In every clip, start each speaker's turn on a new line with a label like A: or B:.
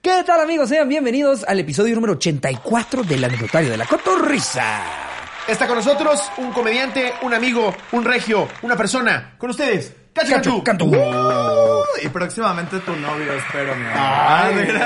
A: ¿Qué tal amigos? Sean bienvenidos al episodio número 84 del anecdotario de la cotorrisa.
B: Está con nosotros un comediante, un amigo, un regio, una persona. Con ustedes, Cacho Cantú.
A: Cantú.
C: Y próximamente tu novio, espero, mi amor.
B: Ay,
C: Ay,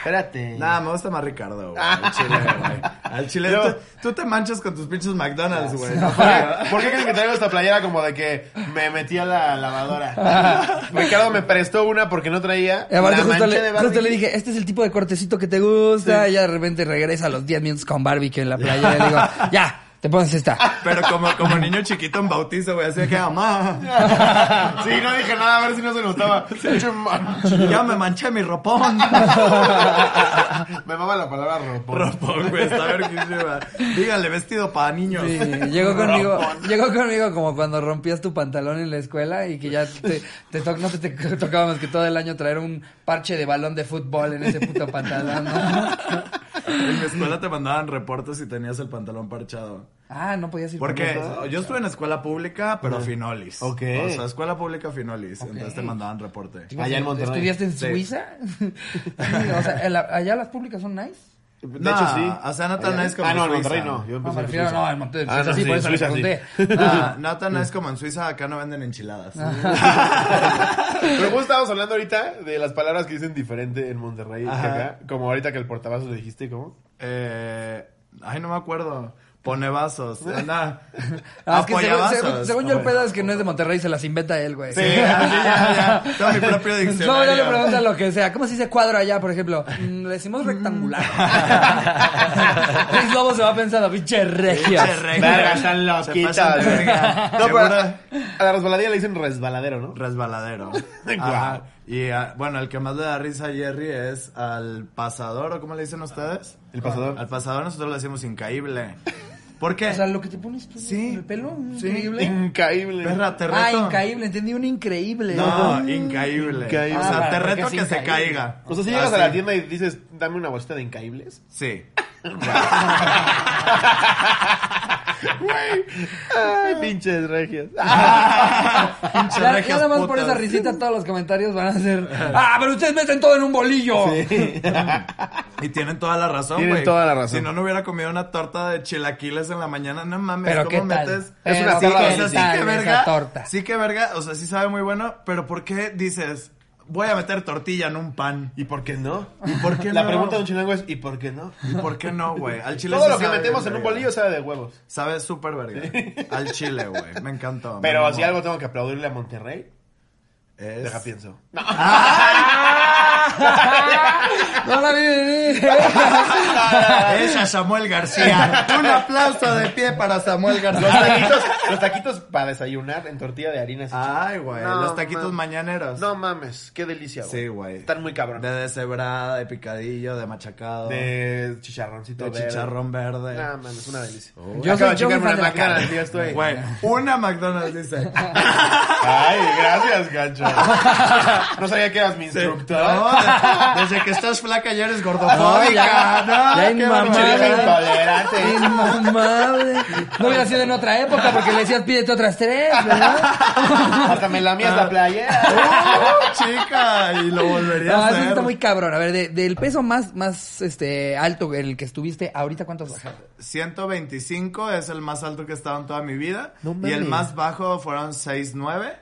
B: Espérate.
C: Nada, me gusta más Ricardo, güey. Al chile, güey. Al chile.
B: Yo-
C: Tú, tú te manchas con tus pinches McDonald's, güey. No,
B: ¿Por qué- ¿Por qué crees que traigo esta playera como de que me metí a la lavadora? Ricardo me prestó una porque no traía.
A: Y aparte
B: la
A: justo
B: manché
A: le,
B: de Barbie.
A: justo le dije, este es el tipo de cortecito que te gusta. Y ya de repente regresa a los 10 minutos con barbecue en la playa. Y le digo, ya, te pones esta.
C: Pero como, como niño chiquito en bautizo, güey. Así de que, mamá,
B: Sí, no dije nada, a ver si no se notaba. Che, manche.
C: ya me manché mi ropón.
B: Me mama la palabra ropo.
C: ropón, güey. Está verguísima. Díganle, vestido para niños.
A: Sí, llegó conmigo, llegó conmigo como cuando rompías tu pantalón en la escuela y que ya te, te to- no te, te tocaba más que todo el año traer un parche de balón de fútbol en ese puto pantalón. ¿no?
C: En mi escuela te mandaban reportes si tenías el pantalón parchado.
A: Ah, no podías ir. con
C: Porque
A: eso.
C: yo estuve en escuela pública, pero finolis.
B: Ok.
C: O sea, escuela pública finolis. Entonces te mandaban reporte.
B: Allá en Monterrey.
A: ¿Estudiaste en
C: Sí.
A: Suiza? o sea, ¿en la- allá las públicas son nice.
B: De
C: No,
B: hecho, sí.
C: o sea, no tan nice como
B: Ah, no,
C: en
B: en Monterrey
C: Suiza.
B: no. Yo
A: No, me
B: empecé en
A: refiero,
B: Suiza.
A: no, en Monterrey.
B: Ah, no,
A: sí,
B: sí,
A: por eso
B: Suiza,
A: le
B: sí.
A: pregunté.
C: Ah, no tan es como en Suiza, acá no venden enchiladas.
B: Pero vos estábamos hablando ahorita de las palabras que dicen diferente en Monterrey que
C: Ajá.
B: acá. Como ahorita que el portavasos le dijiste, ¿cómo?
C: Eh, ay, no me acuerdo. Pone vasos. Anda.
A: Ah, es que según,
C: Apoyavasos.
A: según- según yo el pedo es que no es de Monterrey, se las inventa él, güey.
C: Sí, así ya, ya. Tengo mi propio
A: No,
C: diccionario.
A: ya le pregunta lo que sea. ¿Cómo se dice cuadro allá, por ejemplo? Mm, le decimos rectangular. Luis Lobo se va pensando, pinche regio.
C: Mm. Pinche regio.
B: Verga, están
C: Se
B: loquitos.
C: pasan de verga.
B: No, pero
C: Seguro-
B: a a la resbaladilla le dicen resbaladero, ¿no?
C: Resbaladero.
B: Guau.
C: Ajá. Y ah, bueno, el que más le da risa a Jerry es al pasador, ¿o cómo le dicen ustedes?
B: El pasador.
C: Al pasador nosotros le decimos incaíble. ¿Por qué?
A: O sea, lo que te pones tú
C: Sí.
A: en el pelo, mm,
C: Sí.
A: increíble.
B: Increíble.
C: Perra, te
A: Ah,
C: reto.
A: increíble, entendí un increíble.
C: No, incaíble.
B: Incaíble.
C: O sea,
A: Ah,
C: te
A: porque
C: reto
A: es
C: que se
A: incaíble.
C: caiga.
B: O sea, si llegas
C: Así.
B: a la tienda y dices, dame una bolsita de incaíbles.
C: Sí.
B: Ay, pinches regias.
C: Pinches
A: Ya, ya
C: regias
A: nada más por
C: putas.
A: esa risita todos los comentarios van a ser Ah, pero ustedes meten todo en un bolillo.
B: Ah,
C: Y tienen toda la razón, güey.
B: Tienen toda la razón.
C: Si no, no hubiera comido una torta de chilaquiles en la mañana. No mames,
A: Pero
C: ¿cómo
A: qué tal.
C: metes?
A: Pero
B: Es una
C: sí,
B: torta
C: o sea,
B: de
C: sí
A: tal
C: que
A: esa
C: verga.
A: torta.
C: Sí que verga. O sea, sí sabe muy bueno. Pero ¿por qué dices, voy a meter tortilla en un pan?
B: ¿Y por qué no?
C: ¿Y por qué
B: la
C: no?
B: pregunta de un chilango es, ¿y por qué no?
C: ¿Y por qué no, güey? Al chile
B: Todo
C: sí
B: lo que
C: sabe
B: metemos en
C: bien
B: un
C: verga.
B: bolillo sabe de huevos.
C: Sabe súper verga. Al chile, güey. Me encantó. me
B: Pero
C: mamó.
B: si algo tengo que aplaudirle a Monterrey,
C: Es-
B: deja pienso.
A: No la vi venir.
C: Ella Samuel García. Un aplauso de pie para Samuel
B: Los
C: García.
B: taquitos, los taquitos para desayunar en tortilla de harina. así
C: Ay, güey.
B: No,
C: los taquitos
B: mames.
C: mañaneros.
B: No mames, qué delicia, güey.
C: Sí, güey.
B: Están muy cabrón.
C: De deshebrada, de picadillo, de machacado. De,
B: De Oh. chicharroncito verde.
C: chicharrón verde.
B: No mames, una delicia.
A: Yo soy-
B: Acabo de
A: yo soy
B: checarme
A: fan
B: una
A: de la
B: máquina,
A: carne.
B: tío, estoy.
C: Güey, una McDonald's dice.
B: Ay, gracias, gancho. No sabía que eras mi instructor.
C: No, de- desde que estás flaca ya eres
A: No,
C: gordofóbica.
A: ya. Ya
C: No, qué
A: inmamable.
B: Pinche vieja
C: barbaridad.
B: intolerante.
A: Inmamable. No hubiera sido en otra época porque le decías pídete otras tres, ¿verdad?
B: Hasta me lamías la playera.
C: Uh, chica, y lo volvería a
A: No, eso
C: hacer.
A: está muy cabrón. A ver, de- del peso más, más este, alto en el que estuviste, ahorita cuántos bajaste.
C: 125 es el más alto que he estado en toda mi vida.
B: No
C: y
B: mames.
C: el más bajo fueron 6'9.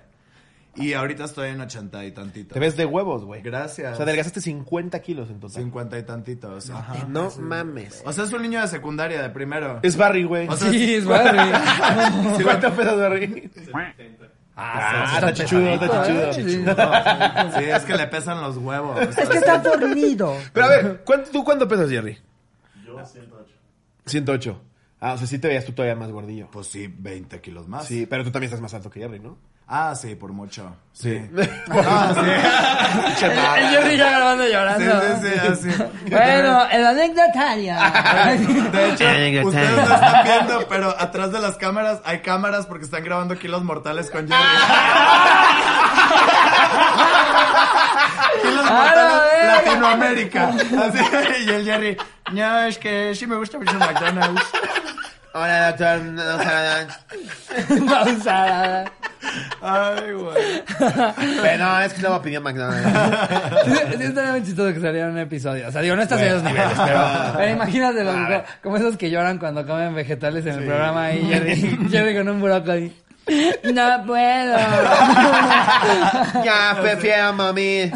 C: Y ahorita estoy en 80 y tantito.
B: Te ves de huevos, güey.
C: Gracias.
B: O sea, adelgazaste 50 kilos en total.
C: 50 y tantitos. ajá.
B: No mames.
C: O sea, es un niño de secundaria, de primero.
B: Es Barry, güey.
C: O sea,
A: Sí, es madre.
B: ¿Cuánto pesas, Barry?
A: Ah,
B: está chichudo, está
A: pesadito,
B: chichudo.
A: ¿eh?
C: No, sí, es que le pesan los huevos.
A: Sí. Es que está fornido.
B: Pero a ver, ¿cuánto- ¿tú cuánto pesas, Jerry? Yo 108. 108. Ah, o sea, sí te veías tú todavía más gordillo.
C: Pues sí, 20 kilos más.
B: Sí, pero tú también estás más alto que Jerry, ¿no?
C: Ah, sí, por mucho. Sí.
B: Ah, sí.
A: El, el Jerry ya grabando y
C: Sí,
A: llorando.
C: sí, sí, así.
A: Bueno, el anecdotario.
C: De hecho, ustedes no están viendo, pero atrás de las cámaras hay cámaras porque están grabando Kilos Mortales con Jerry. Kilos
A: ¡A la
C: Mortales
A: verga!
C: Latinoamérica. Así, y el Jerry, no, es que sí me gusta mucho McDonald's.
B: Hola, doctor. No, no, no.
A: Pausada.
C: Ay, güey.
B: Pero no, es que luego pidió McDonald's.
A: Sí, sí estaría muy chistoso que saliera un episodio. O sea, digo, no estás en esos niveles, pero, pero imagínate los- como esos que lloran cuando comen vegetales en el programa ahí, Jerry, Jerry con un buraco ahí. No puedo.
B: ya, prefiero mami.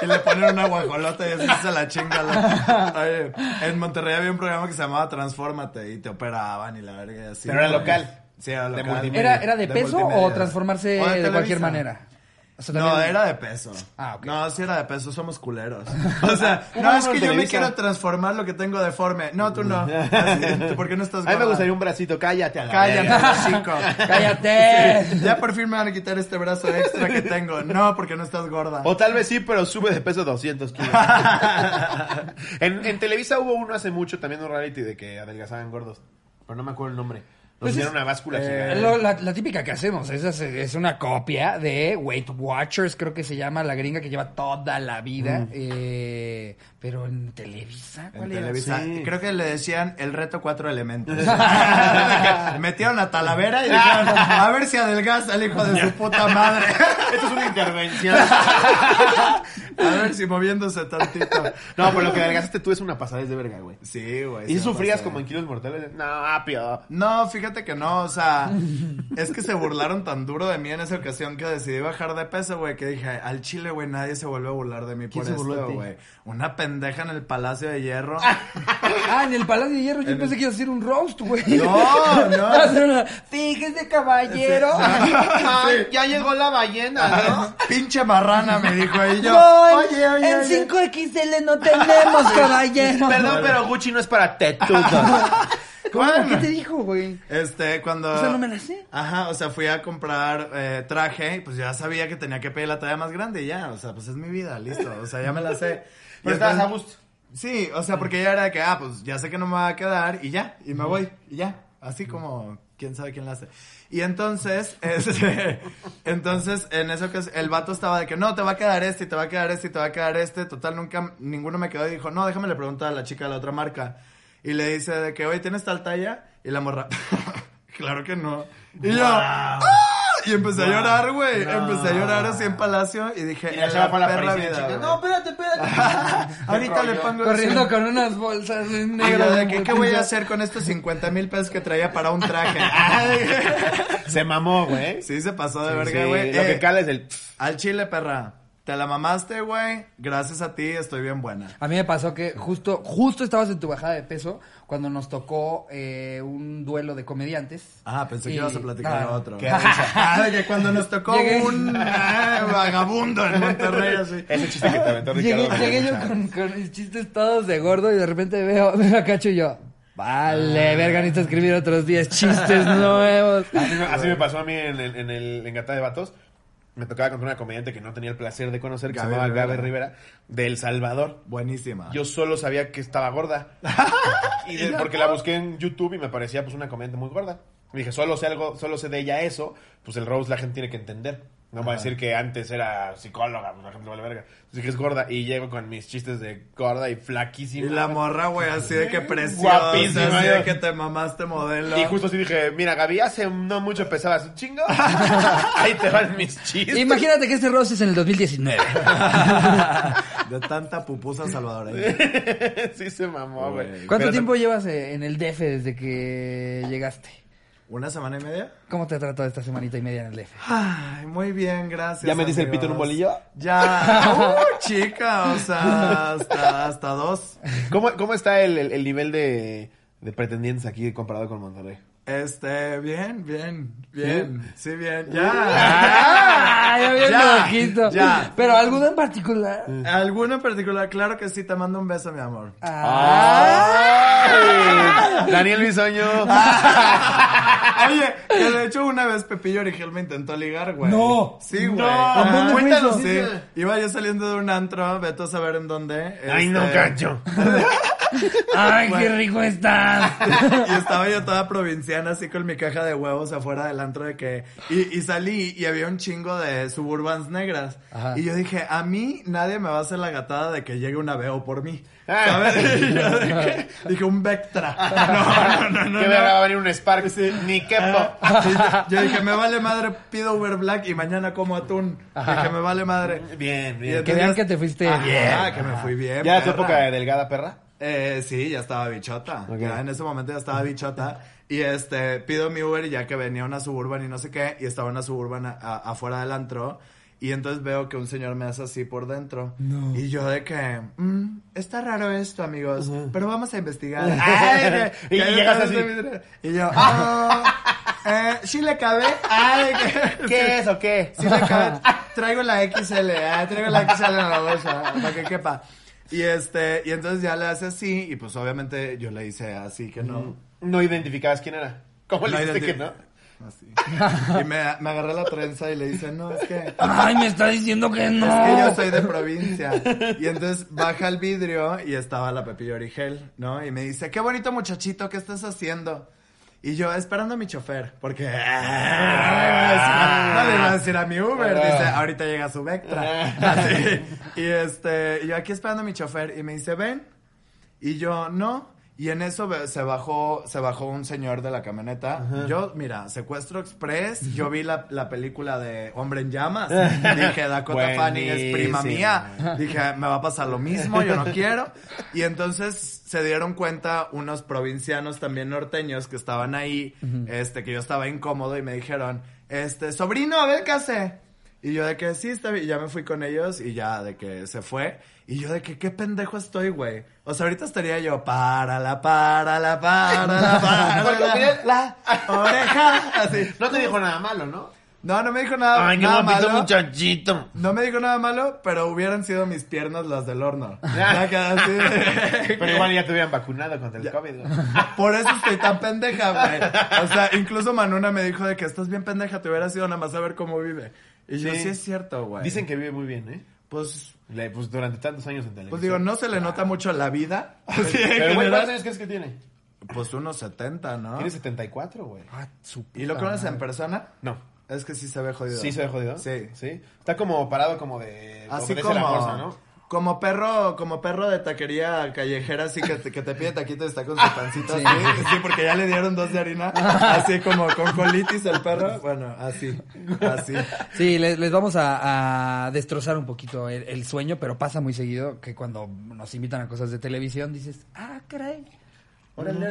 C: Y le ponen una guajolota y así se la chinga. la- Oye, en Monterrey había un programa que se llamaba Transfórmate y te operaban y la verga y así.
B: Pero era
C: güey.
B: local.
C: Sí, era
B: De
C: local.
B: multimedia.
A: ¿Era, ¿Era de peso
C: multimedia.
A: o transformarse
C: O
A: de cualquier
C: Televisa.
A: manera? O sea,
C: No,
A: también-
C: era de peso.
A: Ah, ok.
C: No, sí era de peso, somos culeros. O sea,
B: Un
C: no, es
B: programa de
C: que yo me
B: Televisa.
C: quiero transformar lo que tengo deforme. No, tú no. Así, ¿tú ¿Por qué no estás
B: A mí me
C: gorda?
B: gustaría un bracito, cállate a la verga.
C: Cállate, chico.
A: ¡Cállate!
C: Ya por fin me van a quitar este brazo extra que tengo. No, porque no estás gorda.
B: O tal vez sí, pero sube de peso 200 kilos. en, en Televisa hubo uno hace mucho, también un reality de que adelgazaban gordos. Pero no me acuerdo el nombre. Nos
A: Pues
B: hicieron
A: es-
B: una báscula
A: Eh,
B: gigante.
A: lo- la, la típica que hacemos, esa es, es una copia de Weight Watchers, creo que se llama, la gringa que lleva toda la vida. eh, pero en Televisa,
C: Mm. En
A: ¿cuál era?
C: Televisa.
B: Sí.
C: Creo que le decían el reto cuatro elementos. Metieron a Talavera y dijeron, a ver si adelgaza el hijo de su puta madre.
B: Esto es una intervención.
C: A ver si moviéndose tantito.
B: No, pero lo que adelgazaste tú es una pasadez de verga, güey.
C: Sí, güey.
B: ¿Y
C: sí
B: si
C: me
B: sufrías
C: pasé.
B: como en kilos mortales? No, apio.
C: No, fíjate que no, o sea, es que se burlaron tan duro de mí en esa ocasión que decidí bajar de peso, güey, que dije, al chile, güey, nadie se vuelve a burlar de mí
B: ¿Quién
C: por
B: se burló de
C: esto,
B: ti?
C: güey. Una pendeja en el Palacio de Hierro.
A: Ah, en el Palacio de Hierro, yo pensé que iba a hacer un roast, güey.
C: No, no.
A: Iba a hacer una, Fíjese, caballero.
B: Ay, ya llegó la ballena, ¿no?
C: Pinche marrana, me dijo y yo.
A: No,
C: Oye, oye,
A: en
C: oye".
A: 5XL no tenemos, caballero.
B: Perdón, pero Gucci no es para tetudos.
A: ¿Cómo?
C: Bueno.
A: ¿Qué te dijo, güey?
C: Este, cuando.
A: O sea, no me la sé.
C: Ajá, o sea, fui a comprar eh, traje, y pues ya sabía que tenía que pedir la talla más grande y ya, o sea, pues es mi vida, listo, o sea, ya me la sé. Y
B: Pero estabas
C: entonces-
B: a gusto.
C: Sí, o sea, porque ya era de que, ah, pues ya sé que no me va a quedar y ya, y me voy, y ya. Así como, quién sabe quién la hace. Y entonces, este, entonces, en eso que el vato estaba de que, no, te va a quedar este, y te va a quedar este, y te va a quedar este. Total, nunca, ninguno me quedó y dijo, no, déjame le preguntar a la chica de la otra marca. Y le dice de que, oye, ¿tienes tal talla? Y la morra, claro que no. Y yo, ¡ah! Y empecé a llorar, güey. Empecé a llorar así en Palacio y dije,
B: Y la
C: "En
B: chava fue a la
C: perra
B: policía, chica,
C: güey".
B: "No, espérate, espérate.
C: Ahorita le pongo
A: Ah, Corriendo con unas bolsas
C: y
A: negras.
C: yo de que, ¿qué voy a hacer con estos 50 mil pesos que traía para un traje? Ay.
B: Se mamó, güey.
C: Sí, se pasó de
B: Sí,
C: verga,
B: sí,
C: güey.
B: Lo
C: Eh,
B: que cala es el...
C: Al chile, perra. Te la mamaste, güey. Gracias a ti, estoy bien buena.
A: A mí me pasó que justo, justo estabas en tu bajada de peso cuando nos tocó eh, un duelo de comediantes.
C: Ah, pensé
A: Y-
C: que ibas a platicar
A: no,
C: a otro.
B: Qué
C: Ah, de que cuando nos tocó
A: Llegué.
C: un eh, vagabundo en Monterrey, así.
B: Ese chiste que te aventó Ricardo.
A: Llegué,
B: me
A: llegué
B: dio
A: yo
B: mucha-
A: con, con mis chistes todos de gordo y de repente veo, veo a Cacho y yo. Vale, verga, necesito escribir otros 10 chistes nuevos.
B: Así me, así me pasó a mí en el, en el en Gata de Vatos. Me tocaba contra una comediante que no tenía el placer de conocer, que
C: Gabe
B: se llamaba Gabe
C: Rivera.
B: Rivera, de El Salvador.
C: Buenísima.
B: Yo solo sabía que estaba gorda. y de- porque la busqué en YouTube y me parecía pues una comediante muy gorda. Y dije, solo sé algo, solo sé de ella eso, pues el Rose la gente tiene que entender. No va a decir que antes era psicóloga, pues la gente vale verga. Entonces dije, es gorda y llego con mis chistes de gorda y
C: y
B: flaquísima.
C: la morra, güey, así de que preciosa.
B: Guapísima, eh.
C: Así de
B: yo.
C: que te mamaste modelo.
B: Y justo así dije, mira, Gaby, hace no mucho pesabas un chingo. Ahí te van mis chistes.
A: Imagínate que este roast es en el 2019.
C: De tanta pupusa salvadoreña.
B: sí se mamó, güey.
C: Güey.
A: ¿Cuánto
B: Pero-
A: tiempo llevas eh, en el DF desde que llegaste?
C: ¿Una semana y media?
A: ¿Cómo te ha tratado esta semanita y media en el DF?
C: Ay, muy bien, gracias.
B: ¿Ya metiste el pito en un
C: amigos.
B: bolillo?
C: Ya. Uh, chica, o sea, hasta, hasta dos.
B: ¿Cómo, cómo está el, el- el nivel de, de pretendientes aquí comparado con Monterrey?
C: Este, bien, bien, bien. Sí, bien,
A: Ah, ya
C: ya.
A: bien loquito.
C: ya.
A: Pero alguno en particular.
C: ¿Alguno en particular? Claro que sí, te mando un beso, mi amor.
B: Ah.
C: Ah.
B: ¡Ay! Daniel Bisoño.
C: Oye, que de hecho una vez Pepillo Origel me intentó ligar, güey.
A: No.
C: Sí, güey.
B: No.
C: Ah,
A: ¿En dónde fue
C: cuéntanos,
A: eso?
C: sí. Iba yo saliendo de un antro, vete a saber en dónde.
B: Ay, no,
C: este,
B: cacho.
A: ¡Ay, qué
C: Bueno.
A: rico estás!
C: y estaba yo toda provinciana así con mi caja de huevos afuera del antro de que y, y salí y había un chingo de suburban turbans negras.
A: Ajá.
C: Y yo dije, a mí nadie me va a hacer la gatada de que llegue una veo por mí.
B: Ah.
C: ¿Sabes? Y yo dije, dije, un Vectra. No, no, no, no.
B: ¿Qué
C: no.
B: me va a venir un Spark? Ni quepo.
C: Ah, yo, yo dije, me vale madre, pido Uber Black y mañana como atún. Dije, me vale madre.
B: Bien,
C: Y
B: bien.
A: Que
C: entonces-
A: vean que te fuiste
C: Ajá,
A: bien.
C: Ah, que me fui bien.
B: ¿Ya es
C: perra.
B: época de delgada perra?
C: Eh, sí, ya estaba bichota.
B: Ok.
C: Ya en ese momento ya estaba bichota. Y este, pido mi Uber ya que venía una suburban y no sé qué. Y estaba una suburban a- a- afuera del antro. Y entonces veo que un señor me hace así por dentro.
A: No.
C: Y yo de que, "Mm, está raro esto, amigos. Pero vamos a investigar.
B: Y
C: que-
B: llegas así.
C: Y yo, "Ah, eh, sí le cabe. Ay, que-
B: ¿Qué es o qué?
C: Sí, me cabe. Traigo la XL, ah, traigo la XL en la bolsa, para que quepa. Y este, y entonces ya le hace así, y pues obviamente yo le hice así que no.
B: No identificabas quién era. ¿Cómo le
C: No
B: dijiste
C: identi-
B: que no?
C: Así. Y me, me agarré la trenza y le dice, no, es que.
A: Ay, me está diciendo que no.
C: Es que yo soy de provincia. Y entonces baja el vidrio y estaba la Pepillo Origel, ¿no? Y me dice, qué bonito muchachito, ¿qué estás haciendo? Y yo, esperando a mi chofer, porque... ah, No le iba a decir a mi Uber, dice, ahorita llega su Vectra. Así. Y este, y yo aquí esperando a mi chofer y me dice, ven. Y yo, no. Y en eso ve- se bajó, se bajó un señor de la camioneta. Yo, mira, Secuestro Express, yo vi la, la película de Hombre en Llamas. Dije, Dakota Fanning es prima mía. Dije, "Ah, me va a pasar lo mismo, yo no quiero. Y entonces se dieron cuenta unos provincianos también norteños que estaban ahí, este, que yo estaba incómodo y me dijeron, este, sobrino, a ver qué hace. Y yo de que sí, está bien. Y ya me fui con ellos y ya de que se fue. Y yo de que qué pendejo estoy, güey. O sea, ahorita estaría yo, para la, para la, para la,
B: Porque mira,
C: la oreja. Así.
B: No te dijo nada malo, ¿no?
C: No, no me dijo nada, nada malo.
B: muchachito.
C: No me dijo nada malo, pero hubieran sido mis piernas las del horno. Ya que así de-
B: Pero igual ya te hubieran vacunado contra el COVID. ¿no?
C: Por eso estoy tan pendeja, güey. O sea, incluso Manuna me dijo de que estás bien pendeja, te hubiera sido nada más a ver cómo vive. Y yo,
B: Sí.
C: sí es cierto, güey.
B: Dicen que vive muy bien, ¿eh?
C: pues
B: Le- pues durante tantos años en televisión.
C: Pues digo, no se le nota mucho la vida. Así
B: Pero,
C: en
B: güey, ¿cuántos
C: general.
B: años crees que tiene?
C: Pues unos 70, ¿no?
B: Tiene 74, güey.
A: Ah, su
C: ¿Y lo
A: puta
C: conoces en persona?
B: No.
C: Es que sí se ve jodido.
B: Ah. ¿Sí se ve jodido?
C: Sí.
B: Sí. Está como parado como de...
C: Así
B: obedece
C: como,
B: la fuerza, ¿no?
C: como perro, como perro de taquería callejera, así que te, que te pide taquito y está con su pancita así. Ah, Sí, porque ya le dieron dos de harina. Así como con colitis el perro. Bueno, así. Así.
A: Sí, les, les vamos a, a destrozar un poquito el, el sueño, pero pasa muy seguido que cuando nos invitan a cosas de televisión dices, ah, caray,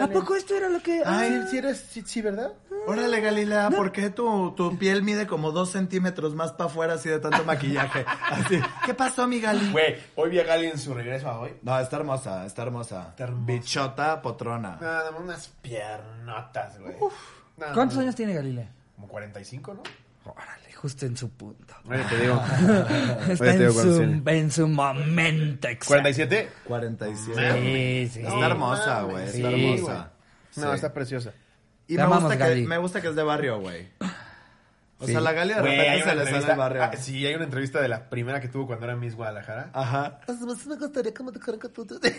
A: ¿a poco esto era lo que...?
C: Ay,
A: ah,
C: sí eres, sí, sí, ¿verdad? Órale, Galilea, ¿por qué tu, tu piel mide como dos centímetros más para afuera así de tanto maquillaje? Así. ¿Qué pasó, mi Gali?
B: Güey, hoy vi a Gali en su regreso a hoy.
C: No, está hermosa, está hermosa. Ah.
B: Está hermosa.
C: Bichota potrona.
B: Nada más unas piernotas, güey. Nada
A: ¿Cuántos
B: más.
A: años tiene Galilea?
B: Como 45, ¿no?
A: Órale, justo en su punto.
B: Oye, te digo.
A: Está en su, en su momento exacto.
B: 47.
C: 47.
A: Sí, sí.
C: Está hermosa, güey.
A: Sí,
C: Está hermosa.
B: No,
C: Sí.
B: está preciosa.
C: Y
A: Te
C: me
A: amamos,
C: gusta, que,
A: Gali.
C: me gusta que es de barrio, güey. O
A: Sí.
C: sea, la Gali de
B: Güey, hay
C: repente
B: una
C: se le sale
B: entrevista-
C: el barrio.
B: ah, sí, hay una entrevista de la primera que tuvo cuando era Miss Guadalajara.
C: Ajá.
A: pues,
D: Me gustaría que me dejaran que tú te...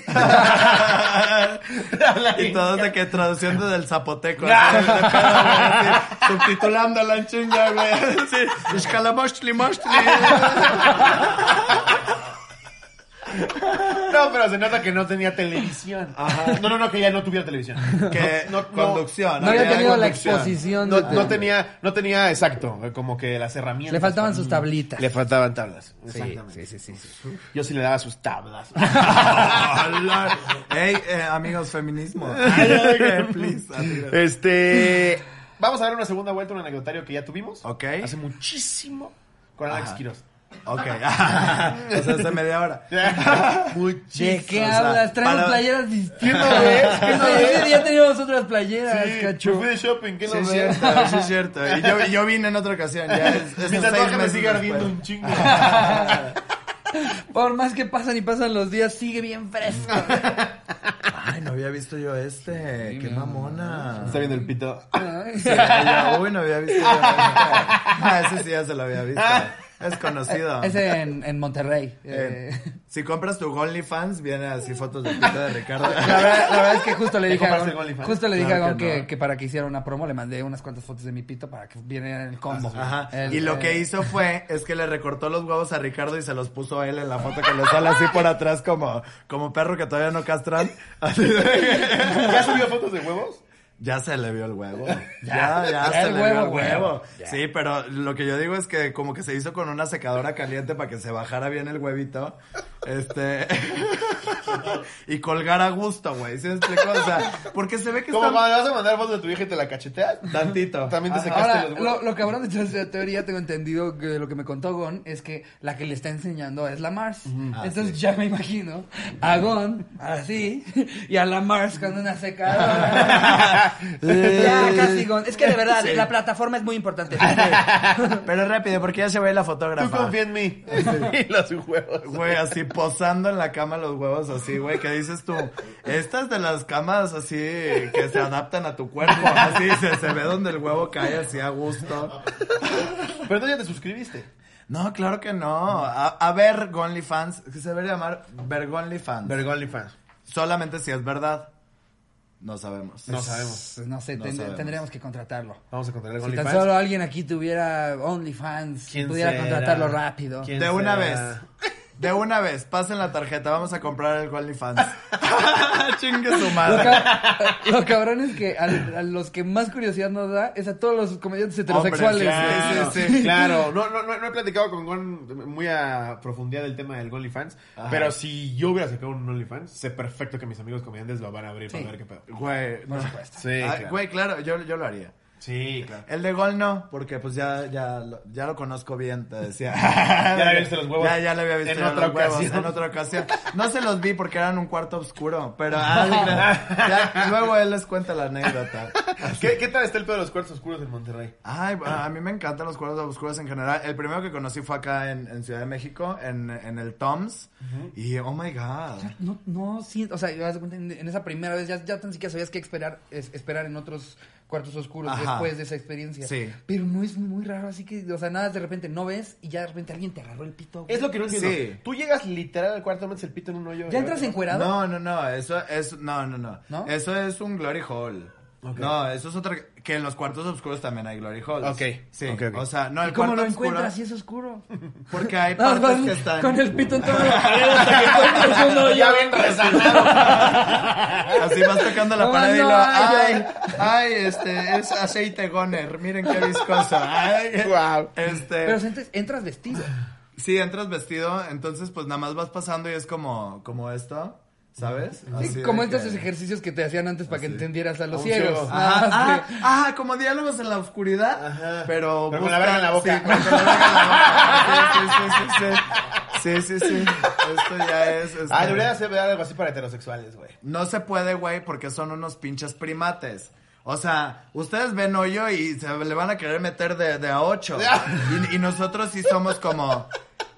C: y todos de que traducción desde el zapoteco. así, de pedo, güey, así, subtitulándola en chinga, güey. Sí. Escalamochtli, mochtli.
B: No, pero se nota que no tenía televisión. No, no, no, que ya no tuviera televisión.
C: Que
B: No, no, no.
C: conducción.
A: No había
C: había
A: tenido la
C: conducción.
A: exposición.
B: No,
A: de tele.
B: no tenía, no tenía exacto, eh, como que las herramientas.
A: Le faltaban sus tablitas.
B: Mm. Le faltaban tablas.
A: Sí,
B: Exactamente.
A: sí, sí, sí, sí.
B: Yo sí le daba sus tablas.
C: Hola. Ey, eh, amigos, feminismo. Please, amigos.
B: Este. Vamos a ver una segunda vuelta, un anecdotario que ya tuvimos.
C: Ok.
B: Hace muchísimo. Con Alex
C: Ajá.
B: Quiroz.
C: Ok. o sea, hace media hora.
B: Muchísimo.
A: ¿De qué
C: o sea,
A: hablas? Traemos
C: para-
A: playeras distintas. ¿eh?
B: no ves? ¿Qué no
A: Ese ese día teníamos otras playeras,
B: Sí, pues. me
A: cacho.
B: fui de shopping, ¿qué
C: Sí,
B: no
C: es
B: sé?
C: cierto, sí, es cierto. Y yo, yo vine en otra ocasión. Ya es, es
B: Mi
C: seis
B: tatuaje me
C: meses
B: sigue ardiendo
C: después.
B: un chingo.
A: Por más que pasan y pasan los días, sigue bien fresco.
C: Ay, no había visto yo este. Qué mamona.
B: Está viendo el pito.
C: Sí, yo, uy, no había visto yo este. Ah, ese sí ya se lo había visto. Es conocido.
A: Es en, en Monterrey.
C: Eh,
A: Eh,
C: si compras tu OnlyFans, viene así fotos de pito de Ricardo.
A: La verdad, la verdad es que justo le dije a
B: compraste
A: Gon,
B: el OnlyFans?
A: justo le dije
C: Claro
A: a Gon
C: que
A: que,
C: no.
A: que para que hiciera una promo le mandé unas cuantas fotos de mi pito para que viene el combo.
C: Ajá.
A: El-
C: y lo que
A: eh,
C: hizo fue, es que le recortó los huevos a Ricardo y se los puso a él en la foto que le sale así por atrás como, como perro que todavía no castran. Así de-
B: ¿Ya subió fotos de huevos?
C: Ya se le vio el huevo. Ya,
A: Ya,
C: ya,
A: ya
C: se
A: el
C: le
A: huevo,
C: vio el
A: güey.
C: huevo. Sí, pero lo que yo digo es que como que se hizo con una secadora caliente para que se bajara bien el huevito. Este. y colgar a gusto, güey. ¿Sí me explico? O sea, porque se ve que
B: Como
C: está
B: cuando le vas a mandar fotos de tu vieja y te la cacheteas.
C: tantito.
B: También te
A: Ah,
B: secaste
A: Ahora,
B: los huevos.
A: lo, lo cabrón de Chance Teoría, tengo entendido que lo que me contó Gon es que la que le está enseñando es la Mars.
C: Ah,
A: Entonces ya me imagino a Gon así y a la Mars con una secadora. ya casi Gon. Es que de verdad, la plataforma es muy importante.
C: Pero rápido, porque ya se ve la fotógrafa.
B: Tú confía en mí. Y los huevos.
C: Güey, así posando en la cama los huevos así, güey, ¿qué dices tú? Estas de las camas así que se adaptan a tu cuerpo, así se, se ve donde el huevo cae así a gusto.
B: Pero tú ya te suscribiste.
C: No, claro que no. A, a ver, Gonly Fans, que se debería llamar Vergonly Fans.
B: Vergonly fans.
C: Solamente si es verdad. No sabemos.
B: No sabemos.
A: pues, No sé,
C: No
A: tend-
C: sabemos.
A: tendríamos que contratarlo.
B: Vamos a contar el
A: Si
B: Only
A: tan
B: fans.
A: solo alguien aquí tuviera OnlyFans,
B: ¿Quién
A: pudiera
B: será?
A: contratarlo rápido.
B: ¿Quién
C: De una
B: será?
C: vez. De una vez, pasen la tarjeta, vamos a comprar el Gonly Fans. Chingue su
A: Lo,
C: madre.
A: ca- lo cabrón es que al- a, los que más curiosidad nos da es a todos los comediantes heterosexuales.
C: claro.
A: Sí, sí, sí.
C: Sí.
B: Claro, no, no, no, no he platicado con Gon muy a profundidad del tema del OnlyFans,
C: Ajá.
B: pero si yo hubiera sacado un OnlyFans, sé perfecto que mis amigos comediantes lo van a abrir
A: Sí.
B: para ver qué pedo.
C: Güey, no.
A: Por supuesto.
B: Sí,
C: Ah,
B: claro.
C: Güey, claro, yo, yo lo haría.
B: Sí, claro.
C: El de gol no, porque pues ya, ya, lo- ya lo conozco bien, te decía.
B: le había visto los huevos.
C: Ya, ya le había visto
B: En
C: yo
B: otra
C: los huevos,
B: ocasión.
C: en otra ocasión. No se los vi porque eran un cuarto oscuro, pero ah, sí, claro. Ya, luego él les cuenta la anécdota.
B: ¿Qué, ¿Qué tal está el pedo de los cuartos oscuros en Monterrey?
C: Ay, a mí me encantan los cuartos oscuros en general. El primero que conocí fue acá en, en Ciudad de México, en, en el Toms. Y oh my god.
A: No, no siento, o sea, haz de cuenta, en, en esa primera vez ya, ya tan siquiera sabías qué esperar, es- esperar en otros cuartos oscuros
C: Ajá.
A: después de esa experiencia.
C: Sí.
A: Pero no es muy raro, así que, o sea, nada, de repente no ves y ya de repente alguien te agarró el pito. güey.
B: Es lo que no entiendo.
C: Sí.
B: Tú llegas literal al cuarto, metes el pito en un hoyo.
A: ¿Ya entras encuerado?
C: No, no, no, eso es, no, no, no,
A: ¿No?
C: Eso es un glory hole.
B: Ok.
C: No, eso es otra, que en los cuartos oscuros también hay glory holes.
B: Ok,
C: Sí,
B: ok, ok.
C: o sea, no,
A: ¿Y
C: el
A: cómo
C: cuarto
A: lo
C: oscuro-
A: encuentras si es oscuro?
C: Porque hay
A: No,
C: partes
A: con,
C: que están...
A: con el pito en toda la pared hasta que encuentras uno
B: No,
A: ya.
B: ya ven resanado.
C: Así vas tocando la
A: No,
C: pared y
A: Oh, no,
C: lo...
A: ay,
C: Ay, ay, este, es aceite goner, miren qué viscoso. Ay,
B: Guau.
C: Este...
A: Pero entonces entras vestido.
C: Sí, entras vestido, entonces pues nada más vas pasando y es como, como esto, ¿sabes?
A: Sí,
C: Así de
A: como
C: que-
A: estos ejercicios que te hacían antes para que entendieras a los
B: A un ciego.
A: ciegos. Nada
C: Ajá,
A: más
C: ah,
A: que-
C: ah, como diálogos en la oscuridad,
B: Ajá.
C: pero...
B: Pero con la verga en la boca.
C: Sí, pero con la verga en la boca. Sí, sí, sí, sí, sí. Sí, sí, sí. Esto ya es... este,
B: Ah, debería hacer algo así para heterosexuales, güey.
C: No se puede, güey, porque son unos pinches primates. O sea, ustedes ven hoyo y se le van a querer meter de, de a ocho. Y, y nosotros sí somos como...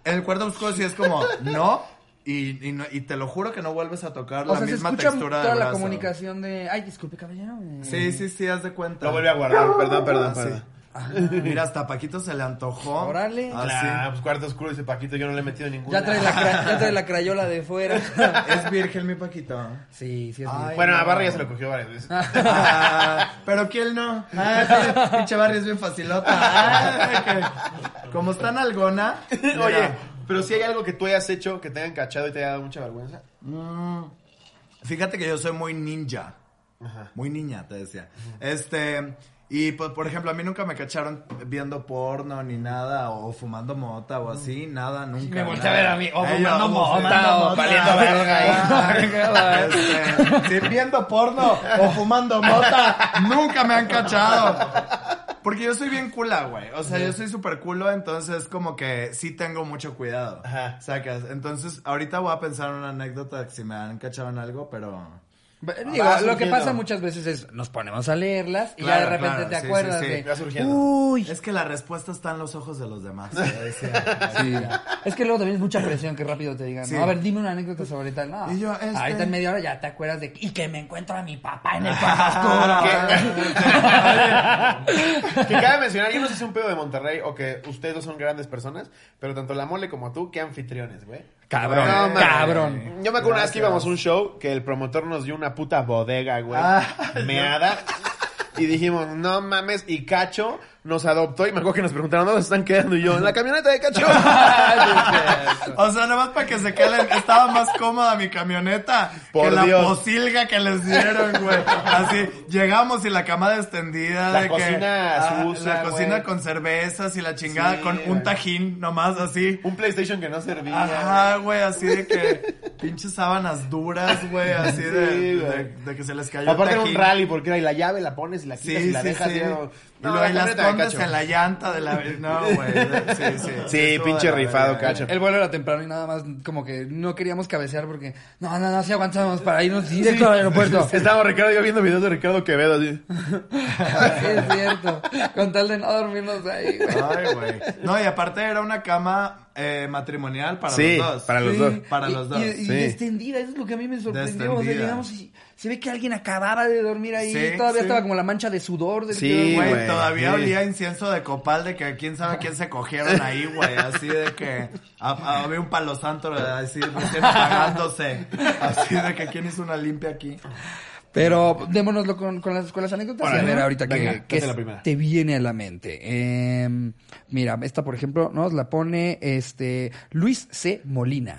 C: El cuarto oscuro sí es como, no. Y, y no- y te lo juro que no vuelves a tocar
A: O
C: la
A: sea, se
C: misma
A: escucha
C: textura de
A: toda la
C: brazo.
A: comunicación de. Ay, disculpe, caballero. eh,
C: Sí, sí, sí, haz de cuenta.
B: Lo vuelve a guardar, perdón, perdón,
C: Ah, sí.
B: perdón.
C: Mira, hasta a Paquito se le antojó.
A: Órale.
C: Ah, sí.
B: Claro, pues cuarto oscuro dice Paquito, yo no le he metido ninguna.
A: Ya trae, la cra- ya trae la crayola de fuera.
C: Es virgen mi Paquito.
A: Sí, sí es
C: Ay,
A: mi-
B: Bueno,
C: no.
B: a Barra ya se lo cogió varias veces.
C: Ah, pero quién no. Ah, pinche barrio es bien facilota. Ah, que- como está nalgona. mira.
B: Oye, pero si hay algo que tú hayas hecho que te hayan cachado y te haya dado mucha vergüenza.
C: Mm, fíjate que yo soy muy ninja.
B: Ajá.
C: Muy niña, te decía. Este. Y pues, por ejemplo, a mí nunca me cacharon viendo porno ni nada, o fumando mota o así, nada, nunca.
A: Me volteé a
C: nada.
A: ver a mí, o
C: Ay,
A: fumando
C: yo,
A: mota,
C: fumando
A: o
C: mota.
A: valiendo verga ahí.
C: Ah, este, sí, viendo porno o fumando mota, nunca me han cachado. Porque yo soy bien cula, güey. O sea, yo soy súper culo, entonces como que sí tengo mucho cuidado.
B: Ajá.
C: Sacas. Entonces, ahorita voy a pensar en una anécdota si me han cachado en algo, pero...
A: Digo,
B: Va
A: lo que
B: surgiendo.
A: pasa muchas veces es nos ponemos a leerlas y ya
C: Claro,
A: de repente
C: claro,
A: te
C: sí, sí,
A: acuerdas
C: sí.
A: de.
B: Va surgiendo.
A: Uy.
C: Es que la respuesta está en los ojos de los demás. te decía.
A: Sí. Es que luego también es mucha presión que rápido te digan,
C: Sí.
A: ¿no? A ver, dime una anécdota sobre tal. No.
C: Y yo, este-
A: Ahorita en media hora ya te acuerdas de. Y que me encuentro a mi papá en el cuarto oscuro.
B: Que cabe mencionar, yo no sé si es un pedo de Monterrey o que ustedes dos son grandes personas, pero tanto la mole como tú, qué anfitriones, güey.
A: Cabrón,
B: No, mames.
A: cabrón.
B: Yo me acuerdo una vez que íbamos a un show que el promotor nos dio una puta bodega, güey.
A: Ah.
B: meada. Y dijimos, no mames, y Cacho nos adoptó. Y me acuerdo que nos preguntaron, ¿dónde se están quedando? Y yo, en la camioneta de Cacho.
C: O sea, nada más para que se queden. Estaba más cómoda mi camioneta
B: Por
C: que
B: Dios.
C: la posilga que les dieron, güey. Así, llegamos y la camada extendida.
B: La
C: de que- ah,
B: cocina sucia,
C: La cocina
B: güey.
C: con cervezas y la chingada
B: Sí,
C: con
B: güey.
C: un tajín nomás, así.
B: un PlayStation que no servía.
C: Ajá, güey, así de que pinches sábanas duras, güey, así de,
B: Sí, güey.
C: de, de que se les cayó el
B: Aparte era un
C: tajín.
B: rally, porque era, y la llave la pones y la
C: Sí,
B: quitas y
C: sí,
B: la dejas.
C: sí.
B: y era-
C: Y luego
B: la
C: ahí las
B: camioneta de
C: escondes
B: Cacho.
C: en la llanta de la... No, güey. de- Sí, sí.
B: Sí,
C: Estuvo
B: pinche
C: de la
B: rifado,
C: verga.
B: Cacho.
A: El vuelo era temprano y nada más como que no queríamos cabecear porque no, no, no, si aguantamos para irnos directo al aeropuerto. Sí,
B: Estaba Ricardo, yo viendo videos de Ricardo Quevedo, así.
A: es cierto. Con tal de no dormirnos ahí, güey.
C: Ay, güey. No, y aparte era una cama eh, matrimonial para
B: Sí,
C: los dos.
B: para los
A: Sí.
B: dos.
C: Para
A: Y-
C: los dos,
A: Y, y
B: sí.
A: extendida, eso es lo que a mí me sorprendió. O sea,
C: Extendida.
A: llegamos y se ve que alguien acababa de dormir ahí.
C: Sí,
A: todavía
C: sí.
A: estaba como la mancha de sudor. Del
B: Sí,
A: que-
C: Güey,
B: güey,
C: todavía
B: sí.
C: olía incienso de copal de que quién sabe quién se cogieron ahí, güey. Así de que a- a- había un palo santo así recién apagándose. Así de que quién hizo una limpia aquí.
A: Pero démonoslo con, con las, con las anécdotas y a
B: Órale.
A: ver ahorita
B: Venga,
A: que, que
B: date la primera.
A: te viene a la mente. Eh, mira, esta por ejemplo nos la pone este Luis C. Molina,